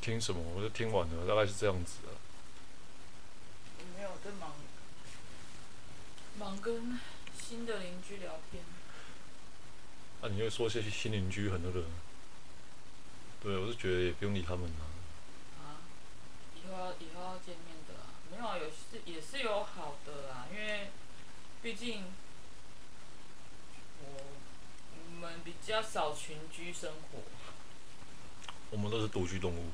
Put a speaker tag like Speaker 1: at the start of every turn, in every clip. Speaker 1: 听什么，我就听完了，大概是这样子啊。
Speaker 2: 没有在忙，忙跟新的邻居聊天。
Speaker 1: 那、啊你就说些新邻居很多人，对我是觉得也不用理他们啊。
Speaker 2: 啊，以后要以后要见面的啊，没有啊，有是也是有好的啦，因为毕竟我我们比较少群居生活，
Speaker 1: 我们都是独居动物，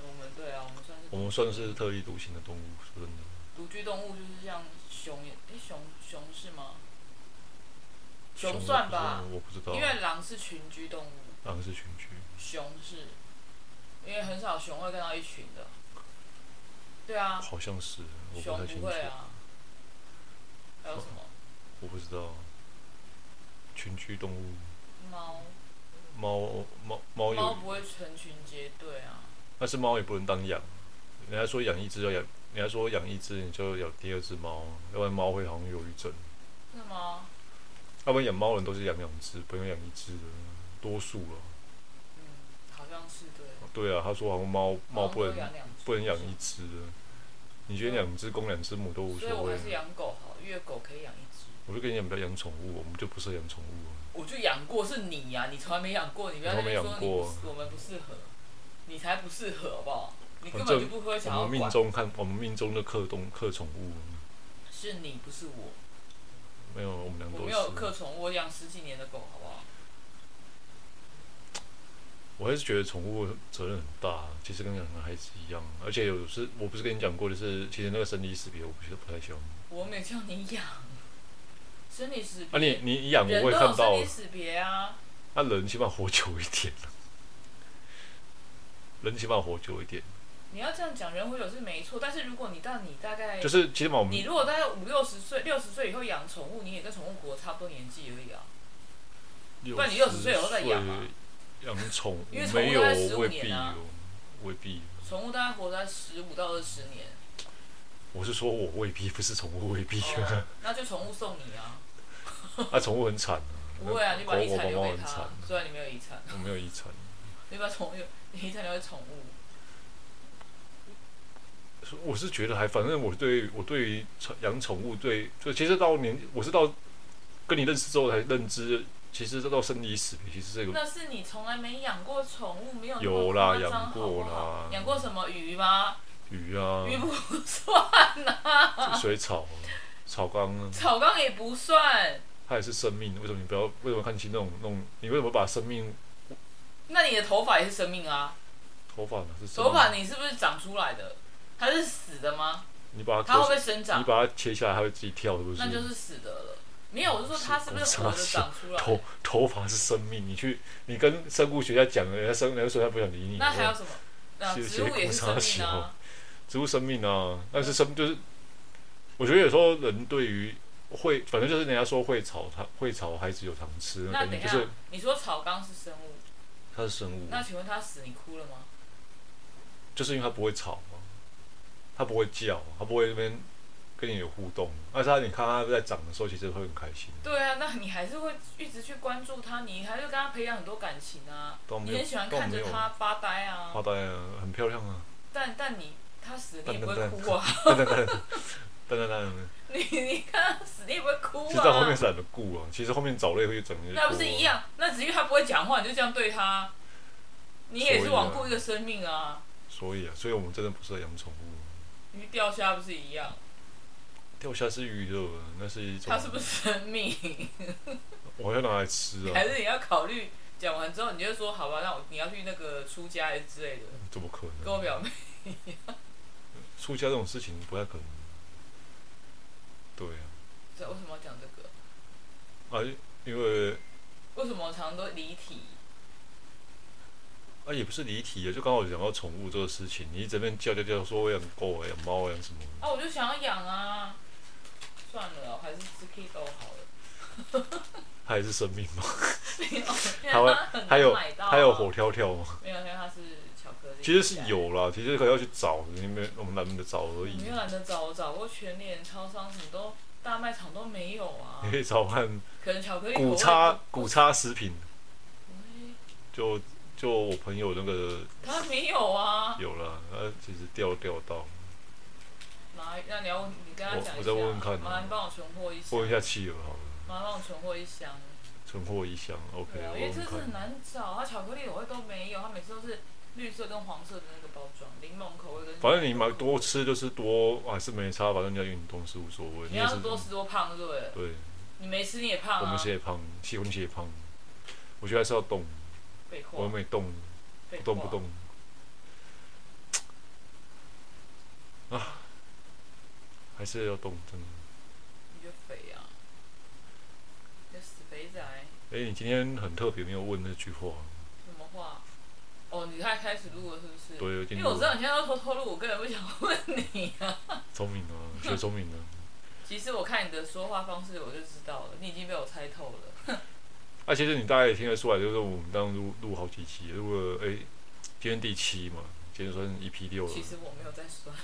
Speaker 2: 我们对啊，我们算是
Speaker 1: 我们算是特立独行的动物，说真的。
Speaker 2: 独居动物，就是像熊也，诶、熊熊是吗？熊
Speaker 1: 我不
Speaker 2: 算
Speaker 1: 知
Speaker 2: 吧
Speaker 1: 道我不知道
Speaker 2: 因，为狼是群居动物，
Speaker 1: 当然是群居。
Speaker 2: 熊是，因为很少熊会看到一群的，对啊，
Speaker 1: 好像是，我不
Speaker 2: 熊
Speaker 1: 太清楚，
Speaker 2: 不会啊，还有什么
Speaker 1: 我不知道。群居动物，
Speaker 2: 猫？
Speaker 1: 猫猫猫
Speaker 2: 猫
Speaker 1: 有，
Speaker 2: 不会成群结队啊，
Speaker 1: 但是猫也不能当养。人家说养一只要养，人家说养一只你就养第二只猫，要不然猫会好像忧郁症。
Speaker 2: 是吗？
Speaker 1: 啊要不然养猫的人都是养两只，不用养一只的，多数了。
Speaker 2: 嗯，好像是对。
Speaker 1: 对啊，他说好像猫猫不
Speaker 2: 好像都养
Speaker 1: 能
Speaker 2: 两只
Speaker 1: 不能养一只的，你觉得两只公两只母都无
Speaker 2: 所以我
Speaker 1: 所
Speaker 2: 还
Speaker 1: 谓。啊
Speaker 2: 是养狗好，因为狗可以养一只。
Speaker 1: 我就跟你讲，不要养宠物，我们就不适合养宠物啊。
Speaker 2: 我就养过是你啊呀、你从来没养过，你不要在那边说你
Speaker 1: 我从来没
Speaker 2: 不
Speaker 1: 养
Speaker 2: 是我们不适合，你才不适合好不好？你根
Speaker 1: 反
Speaker 2: 本
Speaker 1: 正
Speaker 2: 就不会想
Speaker 1: 我
Speaker 2: 要
Speaker 1: 们命
Speaker 2: 管，
Speaker 1: 中看，我们命中的克动克宠物，啊
Speaker 2: 是你不是我，
Speaker 1: 没有我们俩
Speaker 2: 我
Speaker 1: 都
Speaker 2: 没有
Speaker 1: 是。
Speaker 2: 克宠，我养十几年的狗好不好？
Speaker 1: 我还是觉得宠物责任很大，其实跟养男孩子一样。而且有时我不是跟你讲过，就是其实那个生离死别，我不是不太喜欢。
Speaker 2: 我没有叫你养，生离死
Speaker 1: 啊
Speaker 2: 别，
Speaker 1: 你，你养
Speaker 2: 人
Speaker 1: 我
Speaker 2: 都
Speaker 1: 会
Speaker 2: 有
Speaker 1: 看
Speaker 2: 生
Speaker 1: 到
Speaker 2: 离，死别啊，
Speaker 1: 那、人起码活久一点啊人起码活久一点，
Speaker 2: 你要这样讲人会有是没错，但是如果你到你大概，
Speaker 1: 就是起码我们
Speaker 2: 哎你如果大概五六十岁、六十岁以后养宠物，你也跟宠物活差不多年纪而已啊，
Speaker 1: 六
Speaker 2: 然你60岁以后再养啊
Speaker 1: 养宠物
Speaker 2: 因为
Speaker 1: 没
Speaker 2: 宠物
Speaker 1: 有
Speaker 2: 大概15
Speaker 1: 未必
Speaker 2: 年
Speaker 1: 哦
Speaker 2: 啊，
Speaker 1: 未必。
Speaker 2: 宠物大概活在十五到二十年。
Speaker 1: 我是说我未必，不是宠物未必。
Speaker 2: 哦那就宠物送你啊，
Speaker 1: 啊，宠物很惨啊，
Speaker 2: 不会啊，你把
Speaker 1: 狗
Speaker 2: 遗
Speaker 1: 狗
Speaker 2: 产
Speaker 1: 猫
Speaker 2: 留
Speaker 1: 猫
Speaker 2: 给
Speaker 1: 很惨
Speaker 2: 他，，虽然你没有遗产，
Speaker 1: 我没有遗产，
Speaker 2: 你把宠物 你遗产留给宠物，
Speaker 1: 所以我是觉得还反正我对我对于宠养宠物对就其实到年我是到跟你认识之后才认知，其实这到生离死别，其实这个
Speaker 2: 那是你从来没养过宠物，没有那
Speaker 1: 有
Speaker 2: 么
Speaker 1: 啦
Speaker 2: 夸张
Speaker 1: 养过啦
Speaker 2: 好不好养过什么鱼吗？
Speaker 1: 鱼啊、
Speaker 2: 鱼不算 啊，
Speaker 1: 水草、草缸啊，
Speaker 2: 草缸也不算，
Speaker 1: 它也是生命，为什么你不要为什么看清那种那种？你为什么把生命
Speaker 2: 那你的头发也是生命啊，
Speaker 1: 头发呢是生
Speaker 2: 头
Speaker 1: 命
Speaker 2: 发你是不是长出来的？它是死的吗？
Speaker 1: 你把它
Speaker 2: 它会不
Speaker 1: 割
Speaker 2: 会生
Speaker 1: 你
Speaker 2: 长？
Speaker 1: 把它切下来，它会自己跳，是不是？
Speaker 2: 那就是死的了。没有，我是说它是不
Speaker 1: 是
Speaker 2: 是活
Speaker 1: 我
Speaker 2: 着
Speaker 1: 傻
Speaker 2: 长出来
Speaker 1: 头
Speaker 2: 的？
Speaker 1: 头发是生命，你去你跟生物学家讲，人家生人家说他不想理你。
Speaker 2: 那还有什么？啊，
Speaker 1: 谢谢
Speaker 2: 植物也是生
Speaker 1: 顾
Speaker 2: 命
Speaker 1: 长桥。
Speaker 2: 啊
Speaker 1: 植物生命啊，但是生就是，我觉得有时候人对于会，反正就是人家说会炒他会炒孩子有糖吃那
Speaker 2: 那
Speaker 1: 感
Speaker 2: 等
Speaker 1: 觉，
Speaker 2: 一
Speaker 1: 就
Speaker 2: 下，
Speaker 1: 是
Speaker 2: 你说草缸是生物，
Speaker 1: 它是生物，
Speaker 2: 那请问它死你哭了吗？
Speaker 1: 就是因为它不会吵嘛，它不会叫，它不会那边跟你有互动，但是它你看它在长的时候，其实会很开心。
Speaker 2: 对啊，那你还是会一直去关注它，你还是跟它培养很多感情啊，
Speaker 1: 倒没
Speaker 2: 你
Speaker 1: 有
Speaker 2: 很喜欢
Speaker 1: 倒
Speaker 2: 看
Speaker 1: 没
Speaker 2: 着
Speaker 1: 有
Speaker 2: 它发呆啊
Speaker 1: 发，呆啊，很漂亮啊，
Speaker 2: 但但你它死了你也不
Speaker 1: 但
Speaker 2: 会
Speaker 1: 但
Speaker 2: 哭啊，
Speaker 1: 噔噔噔噔噔噔。
Speaker 2: 你你看它死你也不会哭
Speaker 1: 其实到后面
Speaker 2: 啊，
Speaker 1: 是懒得顾啊，其实后面找累会整个。
Speaker 2: 那不是一？样？那只是因为它不会讲话，你就这样对它，你也
Speaker 1: 所
Speaker 2: 是
Speaker 1: 以啊
Speaker 2: 罔顾一个生命啊，
Speaker 1: 所以啊，所以我们真的不适合养宠物。
Speaker 2: 鱼钓虾不是一样？
Speaker 1: 钓虾是娱乐，那是一种。
Speaker 2: 它是不是生命？
Speaker 1: 我要拿来吃啊
Speaker 2: 还？是你要考虑？讲完之后，你就说好吧，那我你要去那个出家还是之类的，
Speaker 1: 怎么可
Speaker 2: 跟我
Speaker 1: 能？
Speaker 2: 表妹。
Speaker 1: 出家这种事情不太可能。对啊，
Speaker 2: 这为什么要讲这个？
Speaker 1: 啊，因为
Speaker 2: 为什么我常常都离题？
Speaker 1: 啊也不是离题啊，就刚好讲到宠物这个事情，你一直在那边叫叫叫说我养狗啊、养猫啊、养什么，
Speaker 2: 啊，我就想要养啊。算了，哦还是吃 k i t o 好了。
Speaker 1: 它也是生命嘛，
Speaker 2: 没有，
Speaker 1: 它
Speaker 2: 因为
Speaker 1: 会
Speaker 2: 它很
Speaker 1: 还
Speaker 2: 难
Speaker 1: 有
Speaker 2: 买到、啊。
Speaker 1: 还有火跳跳嘛，
Speaker 2: 没有，因为它是巧克力。
Speaker 1: 其实是。有啦，其实可能要去找，你们我们懒得找而已
Speaker 2: 你。又懒得找，我找过全联、超商什么都大卖场都没有啊
Speaker 1: 你。可以找看
Speaker 2: 可能巧克力口味
Speaker 1: 古
Speaker 2: 不
Speaker 1: 叉古叉食品，
Speaker 2: 不会
Speaker 1: 就就我朋友那个
Speaker 2: 哎他没有啊。
Speaker 1: 有了，呃，其实钓钓到，
Speaker 2: 哪一？那你要问你跟他
Speaker 1: 我
Speaker 2: 讲一下，
Speaker 1: 我再问问看啊
Speaker 2: 麻烦你帮我存货一箱
Speaker 1: 问一，下企鹅好了，
Speaker 2: 麻烦帮我存货一箱。
Speaker 1: 存货一箱，OK，
Speaker 2: 对啊，
Speaker 1: 我
Speaker 2: 因为
Speaker 1: 问
Speaker 2: 这是很
Speaker 1: 看。
Speaker 2: 难找，它巧克力口味都没有，它每次都是绿色跟黄色的那个包装，柠檬口味跟。
Speaker 1: 反正你买多，吃就是多，啊还是没差，反正你要运动是无所谓。
Speaker 2: 你
Speaker 1: 也
Speaker 2: 要
Speaker 1: 是
Speaker 2: 是多吃多胖，对不对？
Speaker 1: 对，
Speaker 2: 你没吃你也胖
Speaker 1: 我们
Speaker 2: 啊。
Speaker 1: 蟹胖，气温蟹胖，我觉得还是要动，
Speaker 2: 废话
Speaker 1: 我，没动，
Speaker 2: 废
Speaker 1: 不
Speaker 2: 话
Speaker 1: 动不。动。啊，还是要动，真的。
Speaker 2: 你就肥啊，你就死肥仔，
Speaker 1: 哎、你今天很特别，没有问那句话。
Speaker 2: 什么话？哦，你才开始录了是不是？
Speaker 1: 对，有点
Speaker 2: 因为我知道你现在要偷偷录，我根本不想问你 啊。
Speaker 1: 聪明 啊，学聪明啊。
Speaker 2: 其实我看你的说话方式，我就知道了，你已经被我猜透了。
Speaker 1: 啊，其实你大概也听得出来，就是我们刚刚录录好几期，录了哎、今天第七嘛，今天算 EP 六了
Speaker 2: 其，实我没有在算，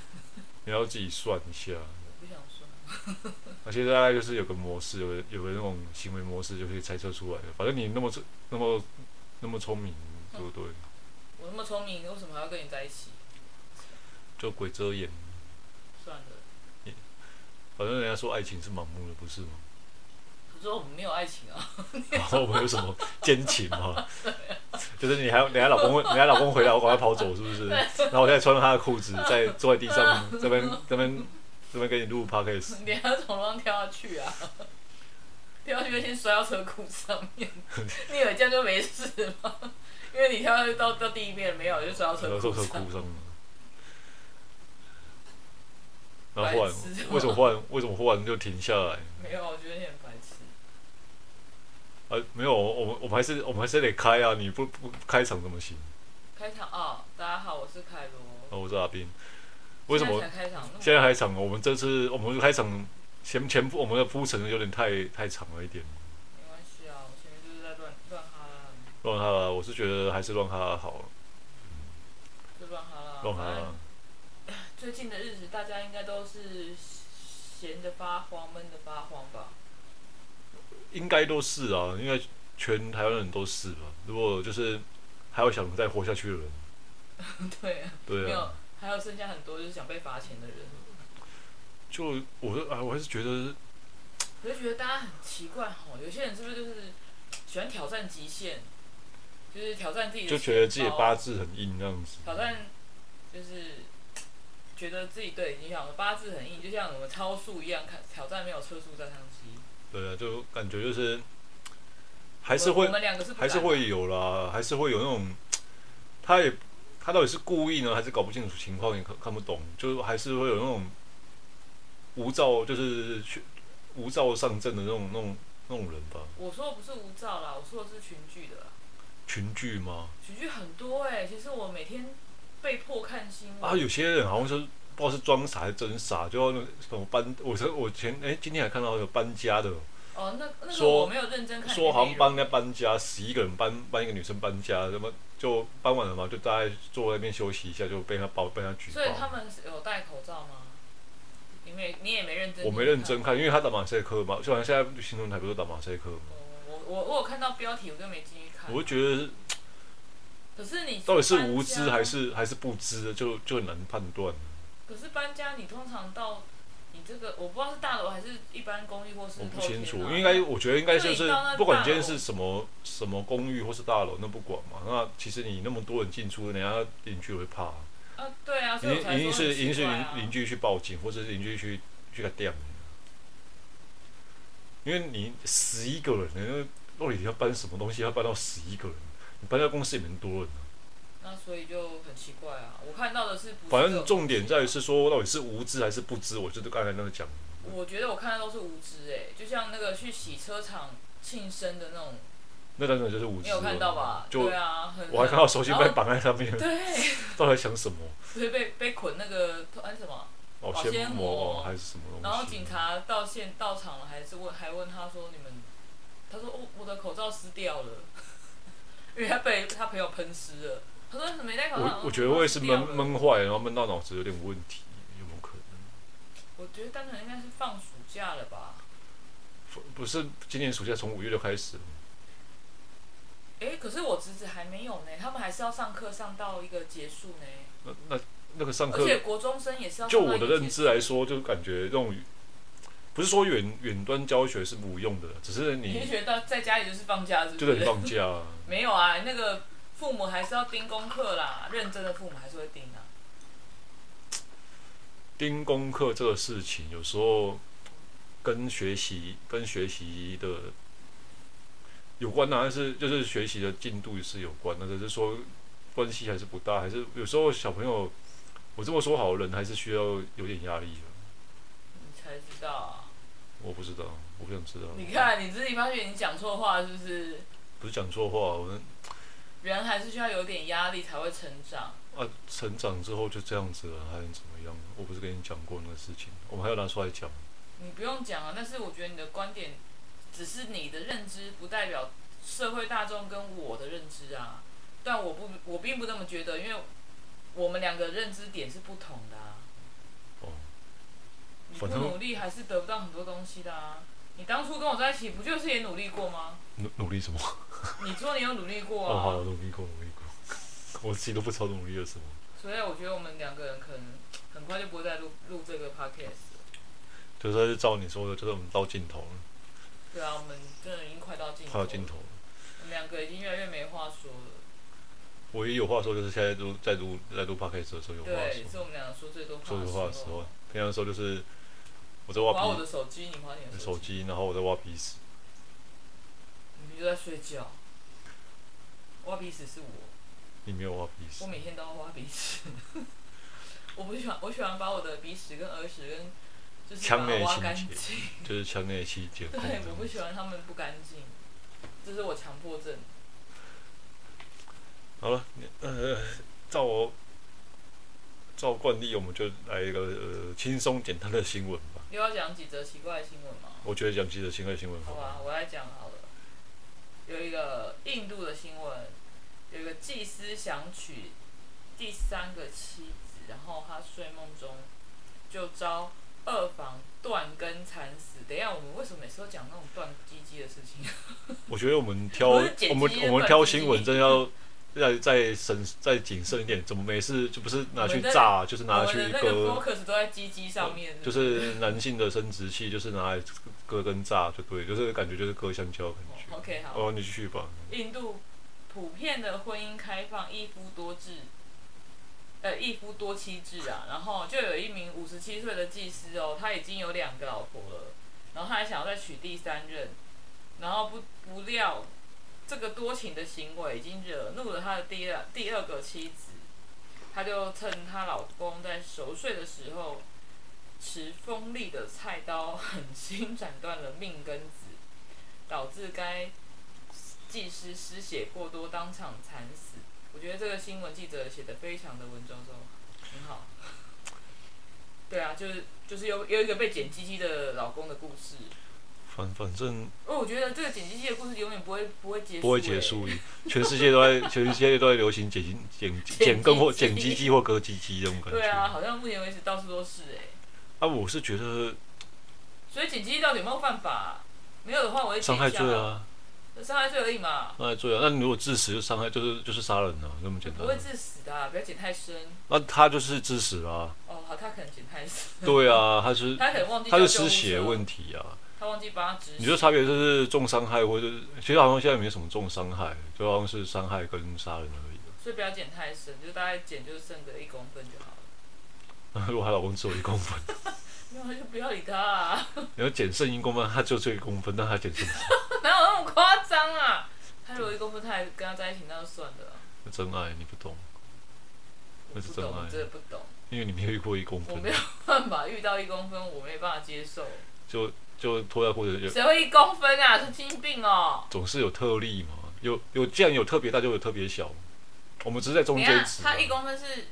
Speaker 1: 你要自己算一下。
Speaker 2: 我不想算。
Speaker 1: 而且大概就是有个模式，有个有个那种行为模式就可以猜测出来的。反正你那么聪那么那么聪明，对不对？
Speaker 2: 嗯我那么聪明，为什么还要跟你在一起？
Speaker 1: 就鬼遮眼。
Speaker 2: 算了，
Speaker 1: 反正人家说爱情是盲目的，不是吗？
Speaker 2: 可是我们没有爱情啊。
Speaker 1: 然后我们有什么奸情吗？ 就是你还人家老公会，人家老公回来，我赶快跑走，是不是？然后我再穿上他的裤子，再坐在地上这边这边这边给你录 podcast。
Speaker 2: 你还要从楼上跳下去啊？ 跳下去会先摔到车库上 面，你以为这样就没事吗？ 因为你跳下去到到第一面没有，就摔到
Speaker 1: 然
Speaker 2: 车
Speaker 1: 后受
Speaker 2: 库
Speaker 1: 车
Speaker 2: 上。
Speaker 1: 哭上了。然后忽然
Speaker 2: 白痴哦
Speaker 1: 为什么忽然为什么忽然就停下来？
Speaker 2: 没有，我觉得你很白痴。
Speaker 1: 啊，没有，我们我们还是我们还是得开啊！你不不开场怎么行？
Speaker 2: 开场啊、大家好，我是凯罗。
Speaker 1: 啊，我是阿斌。为什么
Speaker 2: 现在才开场？那么
Speaker 1: 现在开场？我们这次我们开场前前我们的铺陈有点太太长了一点。
Speaker 2: 没关系啊，我前面就是在乱乱哈啦，
Speaker 1: 乱哈哦啦，我是觉得还是乱哈拉好，
Speaker 2: 就乱哈啦。
Speaker 1: 乱哈
Speaker 2: 反正
Speaker 1: 拉。
Speaker 2: 最近的日子，大家应该都是闲得发慌、闷得发慌吧？
Speaker 1: 应该都是啊，应该全台湾人都是吧。如果就是还有想再活下去的人，
Speaker 2: 对啊，没
Speaker 1: 对啊
Speaker 2: 有，，还有剩下很多就是想被罚钱的人。
Speaker 1: 就我就啊，我还是觉得
Speaker 2: 我就觉得大家很奇怪吼，有些人是不是就是喜欢挑战极限，就是挑战自己的，
Speaker 1: 就觉得自己的八，字很硬这样子。
Speaker 2: 挑战就是觉得自己对，你想八字很硬，就像我们超速一样，看挑战没有车速照相机，
Speaker 1: 对啊，就感觉就是还是会
Speaker 2: 我们两个是不
Speaker 1: 还是
Speaker 2: 敢
Speaker 1: 会有啦，还是会有那种，他也他到底是故意呢，还是搞不清楚情况，也看看不懂，就还是会有那种无照，就是去无照上阵的那种那种那种人吧。
Speaker 2: 我说的不是无照啦，我说的是群聚的啦，
Speaker 1: 群聚吗？
Speaker 2: 群聚很多哎、其实我每天被迫看新闻，
Speaker 1: 啊，有些人好像是不知道是装傻还是真傻，就要那个什么搬，我是我前哎、今天还看到有搬家的，
Speaker 2: 哦，那那个
Speaker 1: 说
Speaker 2: 我没有认真看，
Speaker 1: 说好像帮人家搬家，十一个人搬搬一个女生搬家，那么就搬完了嘛，就大概坐在那边休息一下，就被他包被他举
Speaker 2: 所以他
Speaker 1: 报。
Speaker 2: 们是有戴口罩吗？你没你也没认真，
Speaker 1: 我没认真看，因为他打马赛克嘛，虽然现在新闻台不是打马赛克嘛，
Speaker 2: 哦我我我有看到标题，我就没进去看。
Speaker 1: 我就觉得
Speaker 2: 可是你
Speaker 1: 到底是
Speaker 2: 搬家
Speaker 1: 无知还？是还是不知，就就很难判断。
Speaker 2: 可是搬家你通常到你这个，我不知道是大楼还是一般公寓或是
Speaker 1: 我不
Speaker 2: 透
Speaker 1: 清
Speaker 2: 天
Speaker 1: 楚，
Speaker 2: 啊
Speaker 1: 应该我觉得应该就
Speaker 2: 对
Speaker 1: 是
Speaker 2: 到那
Speaker 1: 不管你
Speaker 2: 大
Speaker 1: 今天
Speaker 2: 楼
Speaker 1: 是什么什么公寓或是大楼，那不管嘛。那其实你那么多人进出，人家邻居会怕，
Speaker 2: 啊，对啊，
Speaker 1: 一
Speaker 2: 所以我才
Speaker 1: 定一定
Speaker 2: 说
Speaker 1: 是
Speaker 2: 很
Speaker 1: 一定
Speaker 2: 奇
Speaker 1: 是
Speaker 2: 怪
Speaker 1: 邻
Speaker 2: 啊
Speaker 1: 邻居去报警，或者是邻居去去个店。因为你十一个人，人家到底要搬什么东西要搬到十一个人？你搬到公司也蛮多人啊。
Speaker 2: 那所以就很奇怪啊。我看到的是不是
Speaker 1: 反
Speaker 2: 这
Speaker 1: 正
Speaker 2: 种
Speaker 1: 重点在于是说，到底是无知还是不知？我就是刚才那个讲，
Speaker 2: 我觉得我看到都是无知哎、就像那个去洗车场庆生的那种，
Speaker 1: 那当然就是无
Speaker 2: 你
Speaker 1: 知。
Speaker 2: 有看到吧？
Speaker 1: 就
Speaker 2: 对啊，很
Speaker 1: 我还看到手机
Speaker 2: 然
Speaker 1: 被
Speaker 2: 后
Speaker 1: 绑在上面，
Speaker 2: 对，
Speaker 1: 到底在想什么？
Speaker 2: 所以被被捆那个哎什么，
Speaker 1: 保
Speaker 2: 保鲜
Speaker 1: 鲜膜
Speaker 2: 膜
Speaker 1: 哦还是什么东西？
Speaker 2: 然后警察到现到场了，还是问还问他说你们，他说哦我的口罩湿掉了， 因为他被他朋友喷湿了。他说没戴口罩，哦
Speaker 1: 我我觉得
Speaker 2: 我
Speaker 1: 会是闷。闷坏，然后闷到脑子有点问题，有没有可能？
Speaker 2: 我觉得单纯应该是放暑假了吧？
Speaker 1: 不不是，今年暑假从五月就开始了，
Speaker 2: 哎，可可是我侄子还没有呢，他们还是要上课上到一个结束呢，
Speaker 1: 那那那个上
Speaker 2: 而
Speaker 1: 课，
Speaker 2: 且国中生也是要
Speaker 1: 就
Speaker 2: 上到
Speaker 1: 我
Speaker 2: 一
Speaker 1: 的
Speaker 2: 个
Speaker 1: 认
Speaker 2: 结
Speaker 1: 知来说，就感觉这种不是说远远端教学是无用的，只是
Speaker 2: 你是
Speaker 1: 你
Speaker 2: 觉得在家里就是放假是不是？
Speaker 1: 就是你放假啊，
Speaker 2: 没有啊，那个父母还是要盯功课啦，认真的父母还是会盯啊。
Speaker 1: 盯功课这个事情，有时候跟学习跟学习的有关啊，但是就是学习的进度是有关的，啊只是说关系还是不大，还是有时候小朋友，我这么说好，人还是需要有点压力的。
Speaker 2: 你才知道、啊，
Speaker 1: 我不知道，我不想知道。
Speaker 2: 你，看啊你自己发觉你讲错话是不是？
Speaker 1: 不是讲错话，我
Speaker 2: 人还是需要有点压力才会成长。
Speaker 1: 啊，成长之后就这样子了，还能怎么样？我不是跟你讲过那个事情，我们还要拿出来讲。
Speaker 2: 你不用讲啊，但是我觉得你的观点只是你的认知，不代表社会大众跟我的认知啊。但我不，我并不这么觉得，因为我们两个认知点是不同的啊。
Speaker 1: 哦，
Speaker 2: 你不
Speaker 1: 反正
Speaker 2: 努力还是得不到很多东西的啊。你当初跟我在一起，不就是也努力过吗？
Speaker 1: 努努力什么？
Speaker 2: 你说你有努力 过
Speaker 1: 哦，
Speaker 2: 啊，
Speaker 1: 好，努力过，努力过。 我自己都不知道努力了什么。
Speaker 2: 所以我觉得我们两个人可能很快就不会再录录这个 podcast 了。
Speaker 1: 就是照你说的，就是我们到尽头了，
Speaker 2: 对啊，我们真的已经快到尽
Speaker 1: 快
Speaker 2: 头
Speaker 1: 到
Speaker 2: 了，
Speaker 1: 尽头了。
Speaker 2: 我们两个已经越来越没话说了。
Speaker 1: 我也有话说，就是现在都在录在录 podcast 的时候有话
Speaker 2: 对，是
Speaker 1: 说，
Speaker 2: 我们两个说最多话
Speaker 1: 说有话的时
Speaker 2: 候
Speaker 1: 候，平常的时候就是我在
Speaker 2: 划
Speaker 1: 挖
Speaker 2: 我
Speaker 1: 鼻
Speaker 2: 的手机，你划你的
Speaker 1: 手
Speaker 2: 手机，
Speaker 1: 机，然后我在挖鼻屎。
Speaker 2: 你就在睡觉。挖鼻屎是我，
Speaker 1: 你没有挖鼻屎
Speaker 2: 我，每天都要挖鼻屎。 我不喜欢，我喜欢把我的鼻屎跟耳屎跟就是把
Speaker 1: 腔内
Speaker 2: 它挖
Speaker 1: 清
Speaker 2: 干
Speaker 1: 洁
Speaker 2: 净。
Speaker 1: 就是腔内气结空这
Speaker 2: 对，我不
Speaker 1: 样。
Speaker 2: 喜欢他们不干净，这是我强迫症。
Speaker 1: 好了，你呃，照我照惯例，我们就来一个呃轻松简单的新闻吧。
Speaker 2: 又要讲几则奇怪的新闻吗？
Speaker 1: 我觉得讲几则新的新闻好
Speaker 2: 好
Speaker 1: 了
Speaker 2: 吧，我来讲好了。有一个印度的新闻，有一个祭司想娶第三个妻子，然后他睡梦中就遭二房断根惨死。等一下，我们为什么每次都讲那种断鸡鸡的事情？
Speaker 1: 我觉得我们挑
Speaker 2: 不是剪辑
Speaker 1: 我们
Speaker 2: 是
Speaker 1: 我们
Speaker 2: 本
Speaker 1: 挑
Speaker 2: 自己
Speaker 1: 新闻真的要要再审再谨慎一点，怎么每次就不是拿去炸，就是拿
Speaker 2: 我们的
Speaker 1: 去
Speaker 2: 那个
Speaker 1: 割，
Speaker 2: focus 都在鸡鸡上面，
Speaker 1: 就
Speaker 2: 不是
Speaker 1: 是男性的生殖器就是拿来割跟炸就对，就是感觉就是割香蕉的感觉。
Speaker 2: 哦 OK 好。
Speaker 1: 哦，你继续吧。
Speaker 2: 印度普遍的婚姻开放一夫多制，呃，一夫多妻制啊。然后就有一名五十七岁的祭司哦，他已经有两个老婆了，然后他还想要再娶第三任，然后不不料这个多情的行为已经惹怒了他的第二第二个妻子，他就趁她老公在熟睡的时候，持锋利的菜刀狠心斩断了命根子，导致该技师失血过多，当场惨死。我觉得这个新闻记者写的非常的文绉绉，很好。对啊，就是就是有有一个被剪鸡鸡的老公的故事。
Speaker 1: 反反正
Speaker 2: 哦，我觉得这个剪鸡鸡的故事永远不会不会结束、欸
Speaker 1: 不会结。束，全世界都在全世界都在流行剪剪
Speaker 2: 鸡
Speaker 1: 剪更或
Speaker 2: 鸡
Speaker 1: 剪鸡鸡或割鸡鸡这种感觉。
Speaker 2: 对啊，好像目前为止到处都是哎、
Speaker 1: 啊，我是觉得
Speaker 2: 所以剪鸡鸡到底有没有犯法、没有的话，我会
Speaker 1: 伤
Speaker 2: 剪一
Speaker 1: 害
Speaker 2: 下哦
Speaker 1: 罪，啊，
Speaker 2: 伤害罪而已嘛，
Speaker 1: 伤害罪啊。那你如果致死就伤害，就是就是杀人啊，那么简
Speaker 2: 不
Speaker 1: 单
Speaker 2: 会
Speaker 1: 啊。
Speaker 2: 致死的啊、不要剪太深。
Speaker 1: 那他就是致死啊，
Speaker 2: 哦，好，他可能剪太深，
Speaker 1: 对啊，他是
Speaker 2: 他可能忘记
Speaker 1: 他
Speaker 2: 叫
Speaker 1: 是
Speaker 2: 救护
Speaker 1: 失血
Speaker 2: 车
Speaker 1: 问题啊。
Speaker 2: 他忘记帮他止血。
Speaker 1: 你就差别就是重伤害或者是，其实好像现在没什么重伤害，就好像是伤害跟杀人而已。
Speaker 2: 所以不要剪太深，就大概剪就剩个一公分就好了。
Speaker 1: 啊 如果她老公只有一公分，
Speaker 2: 没有就不要理他、啊，
Speaker 1: 你要减剩一公分，他就这一公分，那他减什么？
Speaker 2: 哪有那么夸张啊？他如果一公分，他还跟他在一起，那就算了啊。
Speaker 1: 真爱你不懂，那是
Speaker 2: 不
Speaker 1: 真
Speaker 2: 懂，
Speaker 1: 爱
Speaker 2: 我，真的不懂，
Speaker 1: 因为你没有遇过一公
Speaker 2: 我
Speaker 1: 分啊
Speaker 2: 没，有办法遇到一公分，我没办法接受。
Speaker 1: 就就脱下裤子有，
Speaker 2: 谁会一公分啊？神经病哦！
Speaker 1: 总是有特例嘛，有有既然有特别大，就有特别小。我们只是在中
Speaker 2: 等一
Speaker 1: 间
Speaker 2: 下
Speaker 1: 值、啊
Speaker 2: 他，一公分是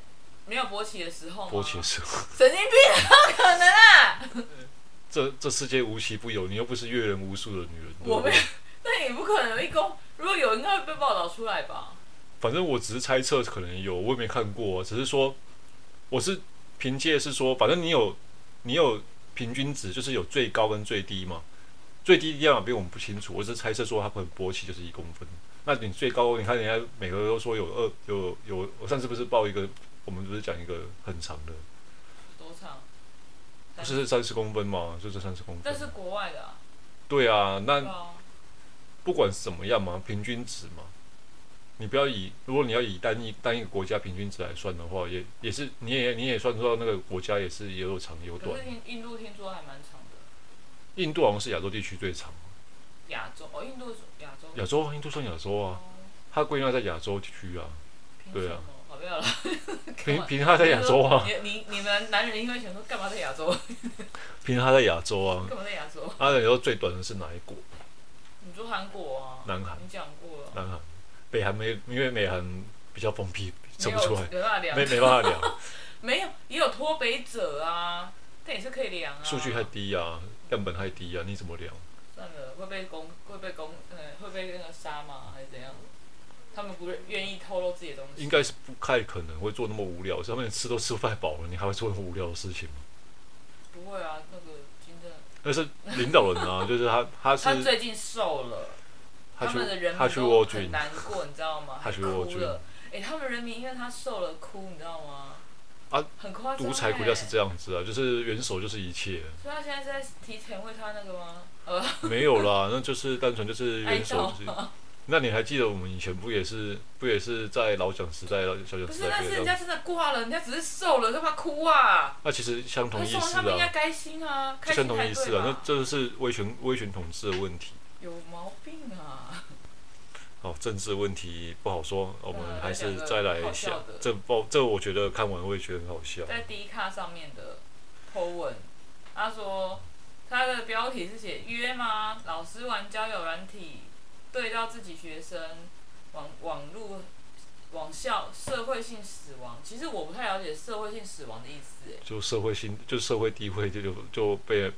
Speaker 2: 没有勃起的时候吗？
Speaker 1: 勃起的时候。
Speaker 2: 神经病，不可能啊！
Speaker 1: 这这世界无奇不有，你又不是阅人无数的女人。对
Speaker 2: 我
Speaker 1: 不对
Speaker 2: 没有，那也不可能一公，如果有应该会被报道出来吧？
Speaker 1: 反正我只是猜测，可能有，我也没看过、啊，只是说我是凭借是说，反正你有你有平均值，就是有最高跟最低嘛。最低在哪边我们不清楚，我只是猜测说它可能勃起就是一公分，那你最高，你看人家每个都说有二有有，我上次不是报一个，我们不是讲一个很长的，
Speaker 2: 多长？
Speaker 1: 不是三十公分嘛，就是三十公分。
Speaker 2: 但是国外的啊，
Speaker 1: 对啊，
Speaker 2: 对
Speaker 1: 那
Speaker 2: 啊，
Speaker 1: 不管怎么样嘛，平均值嘛，你不要以如果你要以单一单一个国家平均值来算的话，也也是你也你也算出到那个国家也是也有长也有
Speaker 2: 可
Speaker 1: 短
Speaker 2: 是。印印度听说还蛮长的，
Speaker 1: 印度好像是亚洲地区最长，
Speaker 2: 亚洲哦，印度是亚洲
Speaker 1: 亚洲啊印度算亚洲啊，
Speaker 2: 哦
Speaker 1: 它归纳在亚洲地区 啊，
Speaker 2: 凭
Speaker 1: 对啊
Speaker 2: 什么？哦好不要了，干
Speaker 1: 凭
Speaker 2: 嘛
Speaker 1: 凭它在亚洲啊，
Speaker 2: 你你你们男人应该想说干嘛在亚 洲？
Speaker 1: 凭它在亚洲啊，
Speaker 2: 干嘛在亚洲？
Speaker 1: 它亚洲最短的是哪一国？
Speaker 2: 你说韩国啊？
Speaker 1: 南韩
Speaker 2: 你讲过了，
Speaker 1: 南韩，北韩没，因为美韩比较封闭，测
Speaker 2: 没
Speaker 1: 不
Speaker 2: 有
Speaker 1: 出来，
Speaker 2: 没办法量
Speaker 1: 没，没办法 量，
Speaker 2: 没有也有脱北者啊，但也是可以量啊。
Speaker 1: 数据太低啊，样本太低啊，你怎么量？
Speaker 2: 算了，会被攻会被攻呃会被那个杀吗？还是怎样？他们不愿意透露自己的东西。
Speaker 1: 应该是不太可能会做那么无聊，他们吃都吃太饱了，你还会做那么无聊的事情吗？
Speaker 2: 不会啊，那个金正
Speaker 1: 但是领导人 啊，就是他，他
Speaker 2: 他
Speaker 1: 是
Speaker 2: 最近瘦了，他们的
Speaker 1: 去
Speaker 2: 人
Speaker 1: 他
Speaker 2: 民
Speaker 1: 去
Speaker 2: 都
Speaker 1: 沃
Speaker 2: 很
Speaker 1: 郡，
Speaker 2: 难过，你知道吗？
Speaker 1: 他
Speaker 2: 还
Speaker 1: 去
Speaker 2: 哭
Speaker 1: 沃郡
Speaker 2: 了。哎、他们人民因为他瘦了哭，你知道吗？
Speaker 1: 啊，
Speaker 2: 很夸张、欸。
Speaker 1: 独裁国家是这样子啊，就是元首就是一切，
Speaker 2: 所以他现在是在提前为他那个吗？呃，
Speaker 1: 没有 啦，那就是单纯就是
Speaker 2: 哀
Speaker 1: 元首
Speaker 2: 悼
Speaker 1: 就是。那你还记得我们以前不也是不也是在老蒋时代、老小蒋
Speaker 2: 不
Speaker 1: 时
Speaker 2: 是，
Speaker 1: 代
Speaker 2: 但
Speaker 1: 不
Speaker 2: 是
Speaker 1: 也
Speaker 2: 人
Speaker 1: 这
Speaker 2: 家
Speaker 1: 样？
Speaker 2: 真的挂了，人家只是瘦了，干嘛哭啊？
Speaker 1: 那其实相同
Speaker 2: 为
Speaker 1: 意
Speaker 2: 什
Speaker 1: 思
Speaker 2: 么他们应
Speaker 1: 啊
Speaker 2: 该。开心啊？开
Speaker 1: 就相
Speaker 2: 心
Speaker 1: 同
Speaker 2: 才
Speaker 1: 意思
Speaker 2: 对
Speaker 1: 啊，那
Speaker 2: 吧？
Speaker 1: 这是威权威权统治的问题。
Speaker 2: 有毛病啊！
Speaker 1: 哦，政治问题不好说，我们
Speaker 2: 嗯
Speaker 1: 还是
Speaker 2: 两个
Speaker 1: 再来
Speaker 2: 好
Speaker 1: 想
Speaker 2: 笑的
Speaker 1: 这报这，我觉得看完会觉得很好笑。
Speaker 2: 在 D 卡上面的 po 文，他说他的标题是写约吗？老师玩交友软体，对到自己学生，网网路网校社会性死亡。其实我不太了解社会性死亡的意思，哎，
Speaker 1: 就社会性，就社会地位就就就被，
Speaker 2: 哎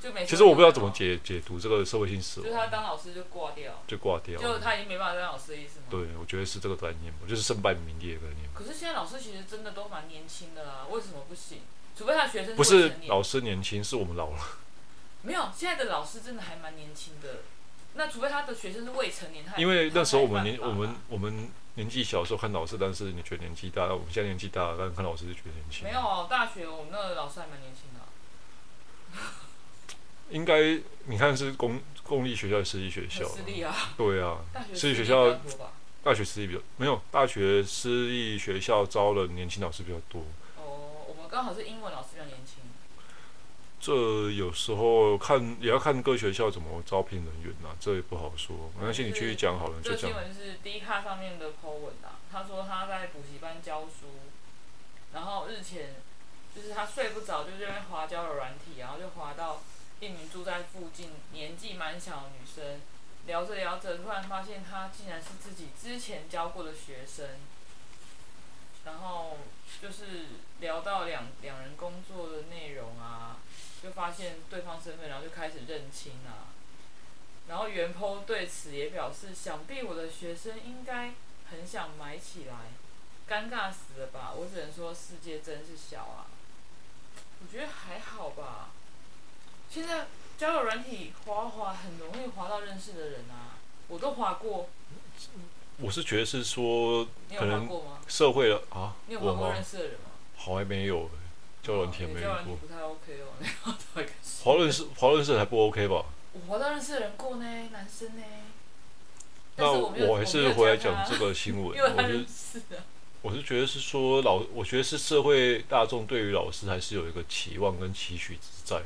Speaker 2: 就没。
Speaker 1: 其实我不知道怎么，解解读这个社会性死
Speaker 2: 就是他
Speaker 1: 亡，
Speaker 2: 当老师就挂掉，
Speaker 1: 就挂掉
Speaker 2: 就
Speaker 1: 了。
Speaker 2: 他已经没办法当老师的意思吗？
Speaker 1: 对，我觉得是这个概念吧，就是胜败名裂的概念吧。
Speaker 2: 可是现在老师其实真的都蛮年轻的啦，为什么不行？除非他学生
Speaker 1: 不
Speaker 2: 未
Speaker 1: 是
Speaker 2: 成年
Speaker 1: 老师年轻，是我们老了。
Speaker 2: 没有，现在的老师真的还蛮年轻的。那除非他的学生是未成年，他
Speaker 1: 因为那时候我们年
Speaker 2: 他才
Speaker 1: 我
Speaker 2: 犯法
Speaker 1: 们我们年纪小的时候看老师，但是你觉得年纪大，我们现在年纪大了，但看老师就觉得年轻。
Speaker 2: 没有哦，大学我们那个老师还蛮年轻的啊、
Speaker 1: 应该你看是公公立学校、私立学校
Speaker 2: 很
Speaker 1: 啊，
Speaker 2: 私立啊，
Speaker 1: 对啊，
Speaker 2: 大学
Speaker 1: 私立学
Speaker 2: 比
Speaker 1: 校
Speaker 2: 较多吧？
Speaker 1: 大学私立比较没有，大学私立学校招了年轻老师比较多。
Speaker 2: 哦，我们刚好是英文老师比较年轻，
Speaker 1: 这有时候看也要看各学校怎么招聘人员呐、这也不好说。没关系，你继续讲好了，你
Speaker 2: 这
Speaker 1: 就
Speaker 2: 个
Speaker 1: 讲
Speaker 2: 新。闻是 D 卡上面的 po 文啊，他说他在补习班教书，然后日前就是他睡不着，就这边滑交友软体，然后就滑到一名住在附近年纪蛮小的女生，聊着聊着，突然发现她竟然是自己之前教过的学生，然后就是聊到两两人工作的内容啊，就发现对方身份，然后就开始认清啊。然后袁剖对此也表示，想必我的学生应该很想买起来，尴尬死了吧？我只能说世界真是小啊。我觉得还好吧。现在交友软体滑滑很容易滑到认识的人啊，我都滑过，
Speaker 1: 我是觉得是说
Speaker 2: 你有
Speaker 1: 可
Speaker 2: 滑
Speaker 1: 能
Speaker 2: 过吗？
Speaker 1: 社会了啊
Speaker 2: 你有，滑
Speaker 1: 我
Speaker 2: 过
Speaker 1: 吗
Speaker 2: 认？识的人吗？
Speaker 1: 好还没有，交人体
Speaker 2: 哦
Speaker 1: 没
Speaker 2: 交友
Speaker 1: 有
Speaker 2: 软体
Speaker 1: 过。
Speaker 2: 不太 OK 哦， 那要找一个新
Speaker 1: 华论是华论是还不 OK 吧？
Speaker 2: 我滑到认识的人过呢，男生呢。但
Speaker 1: 那
Speaker 2: 是我没有
Speaker 1: 我还是回来讲这，
Speaker 2: 我
Speaker 1: 个新闻。
Speaker 2: 没有加他因
Speaker 1: 我
Speaker 2: 为他
Speaker 1: 是
Speaker 2: 认识的。
Speaker 1: 我是觉得是说老，我觉得是社会大众对于老师还是有一个期望跟期许之在的。